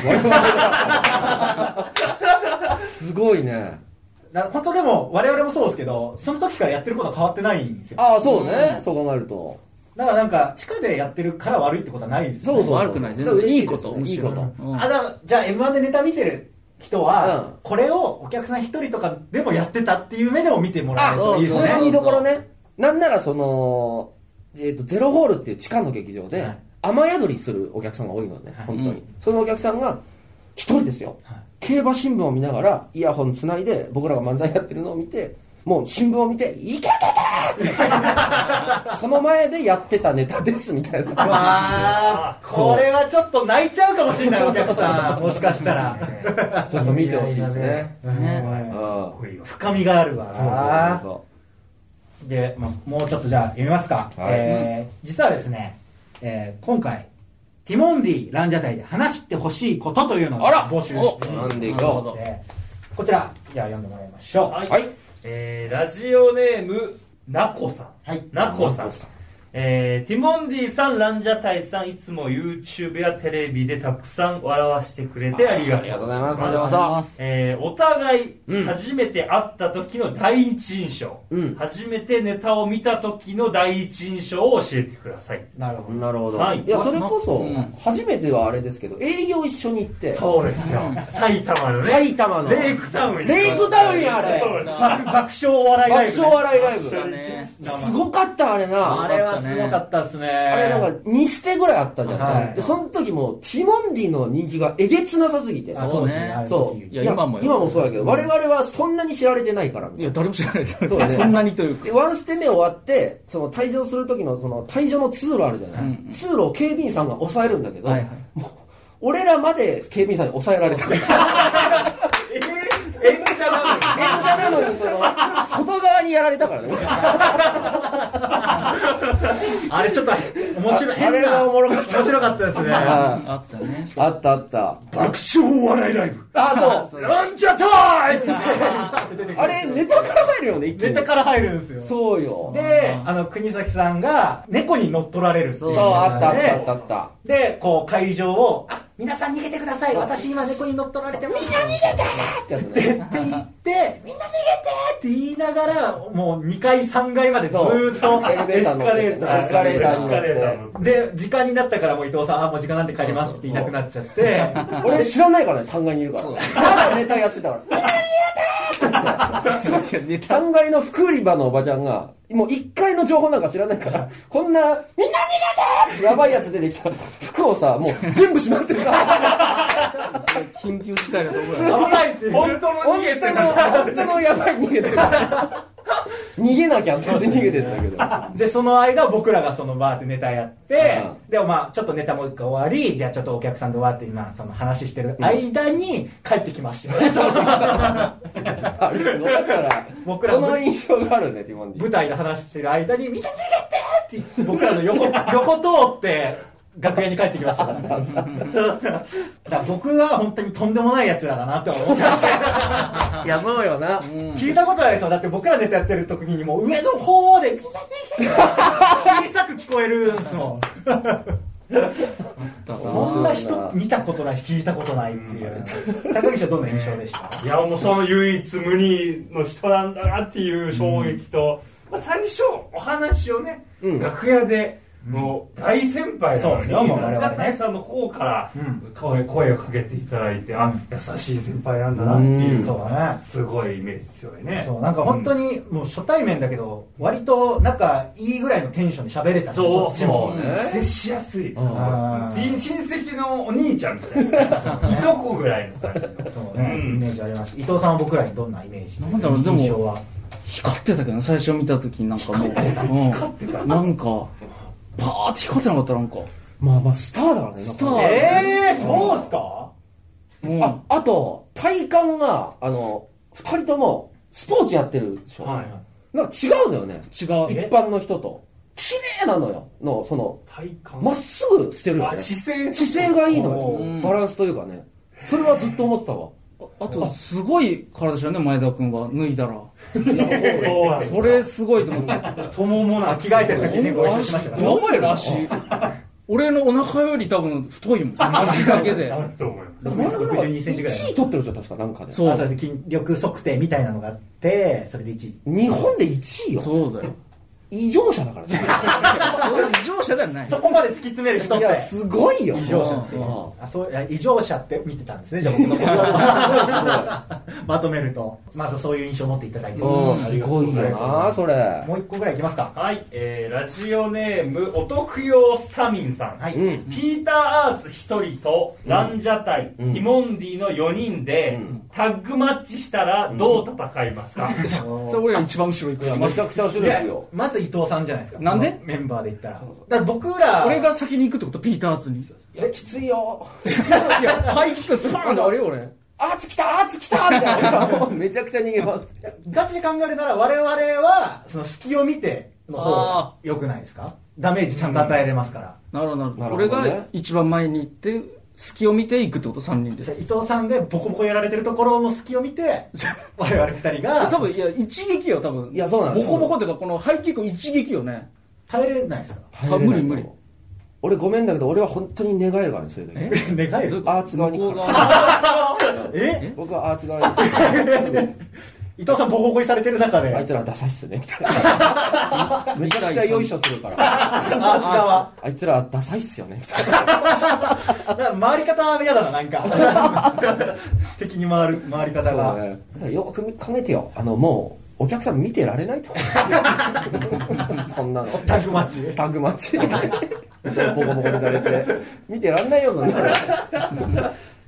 [SPEAKER 3] すごいね。
[SPEAKER 2] だ本当でも、我々もそうですけど、その時からやってることは変わってないんですよ。
[SPEAKER 3] ああ、そうね、そう考えると。
[SPEAKER 2] だからなんか、地下でやってるから悪いってことはないですよ
[SPEAKER 3] そう
[SPEAKER 2] ね。
[SPEAKER 3] そう。
[SPEAKER 4] 悪くない全然
[SPEAKER 3] だからいい
[SPEAKER 4] 嬉
[SPEAKER 3] こ
[SPEAKER 4] しい
[SPEAKER 3] と、
[SPEAKER 4] です
[SPEAKER 3] いいこと。
[SPEAKER 4] うん
[SPEAKER 2] あ、だからじゃあ M1 でネタ見てる人は、
[SPEAKER 3] うん
[SPEAKER 2] これをお客さん一人とかでもやってたっていう目でも見てもらえ
[SPEAKER 3] あ
[SPEAKER 2] るといいです
[SPEAKER 3] それ
[SPEAKER 2] ね。
[SPEAKER 3] の見どころね。なんならその、えっ、と、ゼロホールっていう地下の劇場で、
[SPEAKER 2] はい
[SPEAKER 3] 雨宿りするお客さんが多いのね、
[SPEAKER 2] はい
[SPEAKER 3] 本当に。
[SPEAKER 4] うん
[SPEAKER 3] そのお客さんが、一人ですよ、
[SPEAKER 2] はい
[SPEAKER 3] 競馬新聞を見ながら、イヤホンつないで、僕らが漫才やってるのを見て、もう新聞を見て、いけたたその前でやってたネタです、みたいな。
[SPEAKER 2] わあ、これはちょっと泣いちゃうかもしれない、お客さん。もしかしたら。
[SPEAKER 3] ちょっと見てほしいですね。
[SPEAKER 4] ね
[SPEAKER 3] うん
[SPEAKER 5] かっこいいわ
[SPEAKER 2] 深みがあるわ。
[SPEAKER 3] そうそう
[SPEAKER 2] で、まあ、もうちょっとじゃあ読みますか、
[SPEAKER 3] はい
[SPEAKER 2] えー実はですね、えー今回ティモンディランジャタイで話してほしいことというのを
[SPEAKER 3] あら
[SPEAKER 2] 募集して
[SPEAKER 3] おなんでいこ
[SPEAKER 2] な
[SPEAKER 3] う
[SPEAKER 2] るほどこちらじゃあ読んでもらいましょう、
[SPEAKER 5] はい、
[SPEAKER 3] はい
[SPEAKER 5] えーラジオネームなこさん
[SPEAKER 2] はい
[SPEAKER 5] なこさん
[SPEAKER 3] なこさん
[SPEAKER 5] えーティモンディさんランジャタイさんいつも YouTube やテレビでたくさん笑わしてくれてありが
[SPEAKER 3] ありがとうご
[SPEAKER 5] とう
[SPEAKER 3] ざいます。こちらこそ。
[SPEAKER 5] えーお互い
[SPEAKER 3] うん
[SPEAKER 5] 初めて会った時の第一印象、
[SPEAKER 3] うん
[SPEAKER 5] 初めてネタを見た時の第一印象を教えてください
[SPEAKER 2] なるほ
[SPEAKER 3] なるほど。
[SPEAKER 5] はい
[SPEAKER 3] い、や、それこそ
[SPEAKER 4] うん、
[SPEAKER 3] 初めてはあれですけど、営業一緒に行って、
[SPEAKER 5] そうですよ埼玉のね
[SPEAKER 3] 埼玉の
[SPEAKER 5] レイクタウンに
[SPEAKER 3] レイクタウンやあれ
[SPEAKER 5] そうです
[SPEAKER 2] 爆爆笑お笑いライ
[SPEAKER 3] 爆
[SPEAKER 2] ブ、
[SPEAKER 3] 笑笑いライ
[SPEAKER 5] 一緒
[SPEAKER 3] ブ
[SPEAKER 5] に
[SPEAKER 4] ね
[SPEAKER 3] すごかったあれな
[SPEAKER 2] あれはすごかったですね
[SPEAKER 3] あ
[SPEAKER 2] あ
[SPEAKER 3] れなんか2捨てぐらいあったじゃん、
[SPEAKER 2] はい
[SPEAKER 3] でその時もティモンディの人気がえげつなさすぎて
[SPEAKER 2] 当時
[SPEAKER 4] そうね
[SPEAKER 2] あれ
[SPEAKER 3] そ
[SPEAKER 2] 時
[SPEAKER 3] う
[SPEAKER 4] いや今もよ
[SPEAKER 3] 今もそうやけど、我々はそんなに知られてないからみた
[SPEAKER 4] い
[SPEAKER 3] い
[SPEAKER 4] や、
[SPEAKER 3] な
[SPEAKER 4] 誰も知らないです
[SPEAKER 3] うだ
[SPEAKER 4] よ。
[SPEAKER 3] ね
[SPEAKER 4] そんなにというか。
[SPEAKER 3] でワンステ目終わってその退場する時のその退場の通路あるじゃない、
[SPEAKER 4] うんうん
[SPEAKER 3] 通路を警備員さんが抑えるんだけど、
[SPEAKER 4] はいはい
[SPEAKER 3] もう俺らまで警備員さんに抑えられた
[SPEAKER 5] 演者な
[SPEAKER 3] 演者な
[SPEAKER 5] のに
[SPEAKER 3] のにその外側にやられたからね
[SPEAKER 2] あれちょっと面白い
[SPEAKER 3] あれ
[SPEAKER 2] 変な
[SPEAKER 3] はお
[SPEAKER 2] 面
[SPEAKER 3] もろかった
[SPEAKER 2] 白かったですね
[SPEAKER 3] あ
[SPEAKER 4] あったね。
[SPEAKER 3] あったあった
[SPEAKER 2] 爆笑お笑いライブ
[SPEAKER 3] あそう
[SPEAKER 2] ランジャタイって出てくる
[SPEAKER 3] あれネタから入るよね一気
[SPEAKER 2] ネ
[SPEAKER 3] に
[SPEAKER 2] タから入るんですよ
[SPEAKER 3] そうよ
[SPEAKER 2] で、あの、国崎さんが猫に乗っ取られるってい
[SPEAKER 3] そうう
[SPEAKER 2] シーン
[SPEAKER 3] あ
[SPEAKER 2] が
[SPEAKER 3] ったあったあ
[SPEAKER 2] ね
[SPEAKER 3] ったあった
[SPEAKER 2] で、こう会場を、あ、皆さん逃げてください。私今猫に乗っ取られてます。みんな逃げて
[SPEAKER 3] ってやつ
[SPEAKER 2] って
[SPEAKER 3] ね
[SPEAKER 2] 言って、みんな逃げてって言いながら、もう2階3階までずーっと。
[SPEAKER 3] エレベーター乗ってねエ
[SPEAKER 2] エ
[SPEAKER 3] ス
[SPEAKER 2] ス
[SPEAKER 3] カ
[SPEAKER 2] カ
[SPEAKER 3] レ
[SPEAKER 2] レ
[SPEAKER 3] ー
[SPEAKER 2] ー
[SPEAKER 3] タ
[SPEAKER 2] タ
[SPEAKER 3] ー
[SPEAKER 2] ー
[SPEAKER 3] に
[SPEAKER 2] に
[SPEAKER 3] 乗
[SPEAKER 2] 乗
[SPEAKER 5] っ
[SPEAKER 3] ってて
[SPEAKER 2] で、時間になったからもう伊藤さん、あ、もう時間なんて帰りますっていなくなっちゃって、
[SPEAKER 3] 俺知らないからね3階にいるから
[SPEAKER 4] そう
[SPEAKER 3] まだネタやってたから
[SPEAKER 4] すごいネタ。
[SPEAKER 3] 3階の福売り場のおばちゃんがもう1階の情報なんか知らないからこんな「みんな逃げて!」やばいやつ出てきたら服をさもう全部しまって さ
[SPEAKER 4] 緊急事態のとこ ろ
[SPEAKER 2] 危ないっていう。
[SPEAKER 5] 本当の
[SPEAKER 3] 本
[SPEAKER 5] 逃げて
[SPEAKER 3] 当の本当のやばい逃げてた逃げなきゃって逃げてたけど
[SPEAKER 2] で、その間、僕らがそのバーってネタやって、
[SPEAKER 3] う
[SPEAKER 2] でもまあ、ちょっとネタもう一回終わり、じゃあちょっとお客さんとわーって今、その話してる間に帰ってきま した。その
[SPEAKER 3] あれすごかったら
[SPEAKER 2] 僕ら
[SPEAKER 3] そ
[SPEAKER 2] も
[SPEAKER 3] の印象があるねティモンディ
[SPEAKER 2] 舞台で話してる間に、みんな逃げてって言って僕らの横、横通って、楽屋に帰ってきましたからね。だから僕は本当にとんでもない奴らだなって思ってました。
[SPEAKER 3] いやそうよな
[SPEAKER 2] 聞いたことないですよ。だって僕らネタやってる時にもう上の方で、みんな逃げて小さく聞こえるんですもん。
[SPEAKER 4] だった
[SPEAKER 2] そんな人見たことないし聞いたことないっていう。高岸はどんな印象でした
[SPEAKER 5] いやもうその唯一無二の人なんだなっていう衝撃と、まあ、最初お話をね、
[SPEAKER 3] うん
[SPEAKER 5] 楽屋でもう大先輩
[SPEAKER 2] そうですよもう我々ね
[SPEAKER 5] 中谷さんの方から
[SPEAKER 2] うん
[SPEAKER 5] 声声をかけていただいて、あ優しい先輩なんだなっていう、
[SPEAKER 3] うん
[SPEAKER 2] そうだね。
[SPEAKER 5] すごいイメージ強いね
[SPEAKER 2] そう、なんか本当
[SPEAKER 5] に、
[SPEAKER 2] にもう初対面だけど、割と仲いいぐらいのテンションで喋れたし
[SPEAKER 5] そう
[SPEAKER 2] こっちも
[SPEAKER 3] そう
[SPEAKER 5] うん接しやすい、すごい
[SPEAKER 2] あー
[SPEAKER 5] 親戚のお兄ちゃんみたいな、いとこぐらいの感じの
[SPEAKER 2] そうね、
[SPEAKER 5] うん
[SPEAKER 2] イメージありました。伊藤さんは僕らにどんなイメージ
[SPEAKER 4] なんだろうでも
[SPEAKER 2] 印象は。
[SPEAKER 4] 光ってたけどね最初見た時になんかもう、うん、なんかパーって光ってなかったなんか
[SPEAKER 3] まあまあスターだからね
[SPEAKER 4] スタ
[SPEAKER 3] なんか
[SPEAKER 4] ー
[SPEAKER 3] ね
[SPEAKER 2] えー、そうっすか
[SPEAKER 4] うん
[SPEAKER 3] ああと体感があの2人ともスポーツやってるでしょ、
[SPEAKER 5] はい
[SPEAKER 3] なんか違うのよね
[SPEAKER 4] 違
[SPEAKER 3] 一
[SPEAKER 4] う
[SPEAKER 2] え
[SPEAKER 3] 般の人と綺麗なのよのその
[SPEAKER 5] 体感
[SPEAKER 3] まっすぐしてるよ
[SPEAKER 5] あ
[SPEAKER 3] ね
[SPEAKER 5] 姿勢
[SPEAKER 3] 姿勢がいいの
[SPEAKER 2] お
[SPEAKER 4] ー
[SPEAKER 3] よバランスというかねそれはずっと思ってたわ
[SPEAKER 4] あとすごい体してるね前田君が脱いだら
[SPEAKER 5] そうなんです
[SPEAKER 4] そ
[SPEAKER 5] よ
[SPEAKER 4] れすごいと思って
[SPEAKER 5] 太ももな
[SPEAKER 2] あ
[SPEAKER 5] んで
[SPEAKER 2] 着
[SPEAKER 5] すよ
[SPEAKER 2] 替えてる時にねご一緒しましたからね。
[SPEAKER 4] やばいよな足俺のお腹より多分太いもん。足だけで。
[SPEAKER 5] と思います。
[SPEAKER 2] 62センチぐらい。
[SPEAKER 3] 1位取ってるじゃん、確か、なんかで。
[SPEAKER 4] そ
[SPEAKER 2] あそう
[SPEAKER 4] う。
[SPEAKER 2] です筋力測定みたいなのがあってそれで1位
[SPEAKER 3] 日本で1位よ。
[SPEAKER 4] そうだよ。
[SPEAKER 3] 異常者だからね。
[SPEAKER 4] それは異常者ではない
[SPEAKER 2] そ。こまで突き詰める人っ
[SPEAKER 3] い
[SPEAKER 2] て
[SPEAKER 3] や、すごいよ。
[SPEAKER 2] 異常者って
[SPEAKER 3] うんうん
[SPEAKER 2] あそういや異常者って見てたんですねじゃあ僕 のことを まとめるとまずそういう印象を持っていただいて
[SPEAKER 3] う
[SPEAKER 2] も
[SPEAKER 3] ん、すごいよな、それ。
[SPEAKER 2] う一個ぐらいいきますか
[SPEAKER 5] はい、えー、ラジオネーム、お徳用スタミンさん。
[SPEAKER 2] はい、
[SPEAKER 3] うん。
[SPEAKER 5] ピーター・アーツ1人とランジャタイ、
[SPEAKER 3] うん
[SPEAKER 5] ティモンディの4人で、
[SPEAKER 3] うん
[SPEAKER 5] タッグマッチしたらどう戦いますか、
[SPEAKER 2] あの
[SPEAKER 4] それ俺が一番後ろ行
[SPEAKER 3] い
[SPEAKER 4] く
[SPEAKER 3] や、
[SPEAKER 4] よ。
[SPEAKER 3] めちゃくちゃ面
[SPEAKER 2] い
[SPEAKER 3] 白
[SPEAKER 2] や
[SPEAKER 3] いよ。
[SPEAKER 2] まず伊藤さんじゃないですか
[SPEAKER 4] なんで
[SPEAKER 2] そのメンバーで言ったらだから僕ら
[SPEAKER 4] 俺が先に行くってことピーター・アーツに。い
[SPEAKER 3] いや、きついよ。
[SPEAKER 4] や、ハイキックスパーンってあれよ、俺。
[SPEAKER 3] あーつきたあーつきたみたいな。もうめちゃくちゃ逃げます。
[SPEAKER 2] ガチで考えるなら我々はその隙を見ての方が
[SPEAKER 4] あ
[SPEAKER 2] 良くないですかダメージちゃんと与えれますから、
[SPEAKER 4] なるほど、なるほ
[SPEAKER 3] な
[SPEAKER 4] ど。
[SPEAKER 3] るほど
[SPEAKER 4] 俺
[SPEAKER 3] ね
[SPEAKER 4] が一番前に行って、隙を見て行くってこと、3人で
[SPEAKER 2] じゃ。あ伊藤さんでボコボコやられてるところの隙を見て我々二人が
[SPEAKER 4] 多分、いや、一撃よ、多分。
[SPEAKER 3] いやそうなんですよ
[SPEAKER 4] ボコボコっていうか、このハイキック一撃よね。
[SPEAKER 2] 耐えれないですか
[SPEAKER 4] あ無理無理。
[SPEAKER 3] 俺ごめんだけど、俺は本当に寝返るからね、そういう時。
[SPEAKER 4] え
[SPEAKER 2] 願える
[SPEAKER 3] アーツ側に
[SPEAKER 4] 向こう側
[SPEAKER 2] え
[SPEAKER 3] 僕はアーツ側に。
[SPEAKER 2] 伊藤さんボコボコにされてる中で
[SPEAKER 3] あ
[SPEAKER 2] あ
[SPEAKER 3] い
[SPEAKER 2] い
[SPEAKER 3] つらダサいっすね、みたいな。めちゃくちゃよいしょするか
[SPEAKER 2] つ
[SPEAKER 3] ら。
[SPEAKER 2] 側
[SPEAKER 3] あいつらダサいっすよね、みたいな。
[SPEAKER 2] だから回り方は嫌だななんか敵に回る回り方が、
[SPEAKER 3] だからよく考えてよ。あの、もう、お客さん見てられないと思う。 そんなの。
[SPEAKER 2] タッグマッチ
[SPEAKER 3] タッグマッチ。ボコボコにされて。見てらんないよ、そんなの。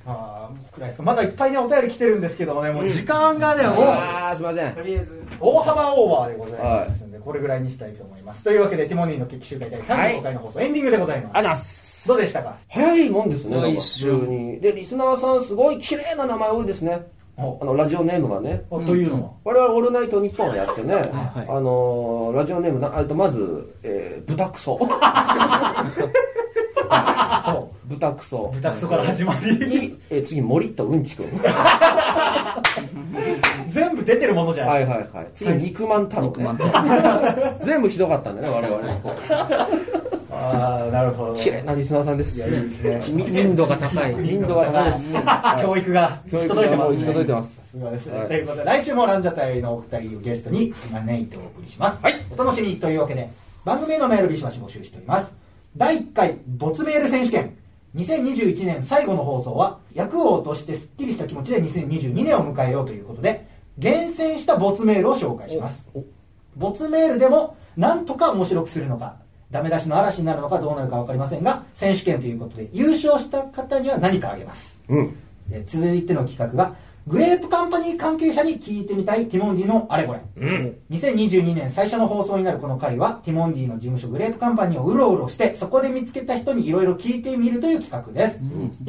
[SPEAKER 2] あーくらいですかまだいっぱいねお便り来てるんですけどもねもう時間がね、もう
[SPEAKER 3] あー、すいません。
[SPEAKER 8] とりあえず
[SPEAKER 2] 大幅オーバーでございますので、これぐらいにしたいと思いますというわけでティモニーの決起集会第35回の放送、エンディングでございます
[SPEAKER 3] ありがとうございます。
[SPEAKER 2] どうでしたか
[SPEAKER 3] 早いもんですね、
[SPEAKER 4] はい
[SPEAKER 3] なんか普通に。で、リスナーさん、すごい綺麗な名前多いですね。
[SPEAKER 2] お
[SPEAKER 3] あの、ラジオネームがね。
[SPEAKER 2] おというのも、
[SPEAKER 3] 我々、オールナイトニッポンをやってね、
[SPEAKER 4] はい
[SPEAKER 3] あのーラジオネームな、あれとまず、えー、豚クソ。
[SPEAKER 2] お
[SPEAKER 3] 豚クソ。
[SPEAKER 2] 豚クソから始まり
[SPEAKER 3] に、えー次、森とうんちくん。は
[SPEAKER 2] 全部出てるものじゃないい
[SPEAKER 3] はいはい。次、肉まん太郎、
[SPEAKER 4] 肉まん
[SPEAKER 3] ね。
[SPEAKER 4] 太郎
[SPEAKER 3] 全部ひどかったんだね、我々ね。
[SPEAKER 2] ああなるほど
[SPEAKER 3] 綺麗なリスナーさんです。
[SPEAKER 2] いやいいですね
[SPEAKER 4] み民度が高い。
[SPEAKER 3] インドが高いです。
[SPEAKER 2] あ 教育が行き届いてま
[SPEAKER 3] も
[SPEAKER 2] すね
[SPEAKER 3] う行き届いてます。
[SPEAKER 2] すごいですね、
[SPEAKER 3] はい
[SPEAKER 2] ということで来週もランジャタイのお二人をゲストに招いてお送りします、
[SPEAKER 3] はい
[SPEAKER 2] お楽しみにというわけで番組へのメールビシバシ募集しております第1回没メール選手権2021年最後の放送は役王としてすっきりした気持ちで2022年を迎えようということで厳選した没メールを紹介します没メールでもなんとか面白くするのかダメ出しの嵐になるのかどうなるか分かりませんが選手権ということで優勝した方には何かあげます
[SPEAKER 3] うん。
[SPEAKER 2] えー続いての企画がグレープカンパニー関係者に聞いてみたいティモンディのあれこれ、2022年最初の放送になるこの回はティモンディの事務所グレープカンパニーをうろうろしてそこで見つけた人にいろいろ聞いてみるという企画です、テ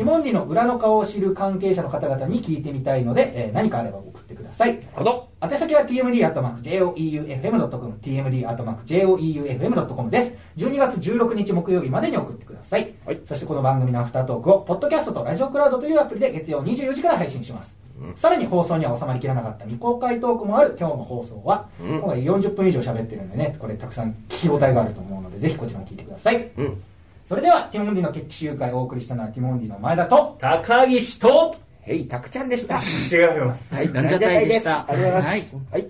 [SPEAKER 2] ィモンディの裏の顔を知る関係者の方々に聞いてみたいので、えー何かあれば送ってください
[SPEAKER 3] あど
[SPEAKER 2] 宛先は tmd.joeufm.com tmd.joeufm.com です12月16日木曜日までに送ってください、
[SPEAKER 3] はい
[SPEAKER 2] そしてこの番組のアフタートークをポッドキャストとラジオクラウドというアプリで月曜24時から配信します、さらに放送には収まりきらなかった未公開トークもある今日の放送は、
[SPEAKER 3] うん
[SPEAKER 2] 今回40分以上喋ってるんでねこれたくさん聞き応えがあると思うのでぜひこちらも聞いてください
[SPEAKER 3] うん。
[SPEAKER 2] それではティモンディの決起集会をお送りしたのはティモンディの前田と
[SPEAKER 5] 高岸と
[SPEAKER 3] へい、たくちゃんでした。
[SPEAKER 5] 違います。
[SPEAKER 4] はい、ランジャタイでした。
[SPEAKER 3] ありがとうござい
[SPEAKER 4] は
[SPEAKER 3] ます。はい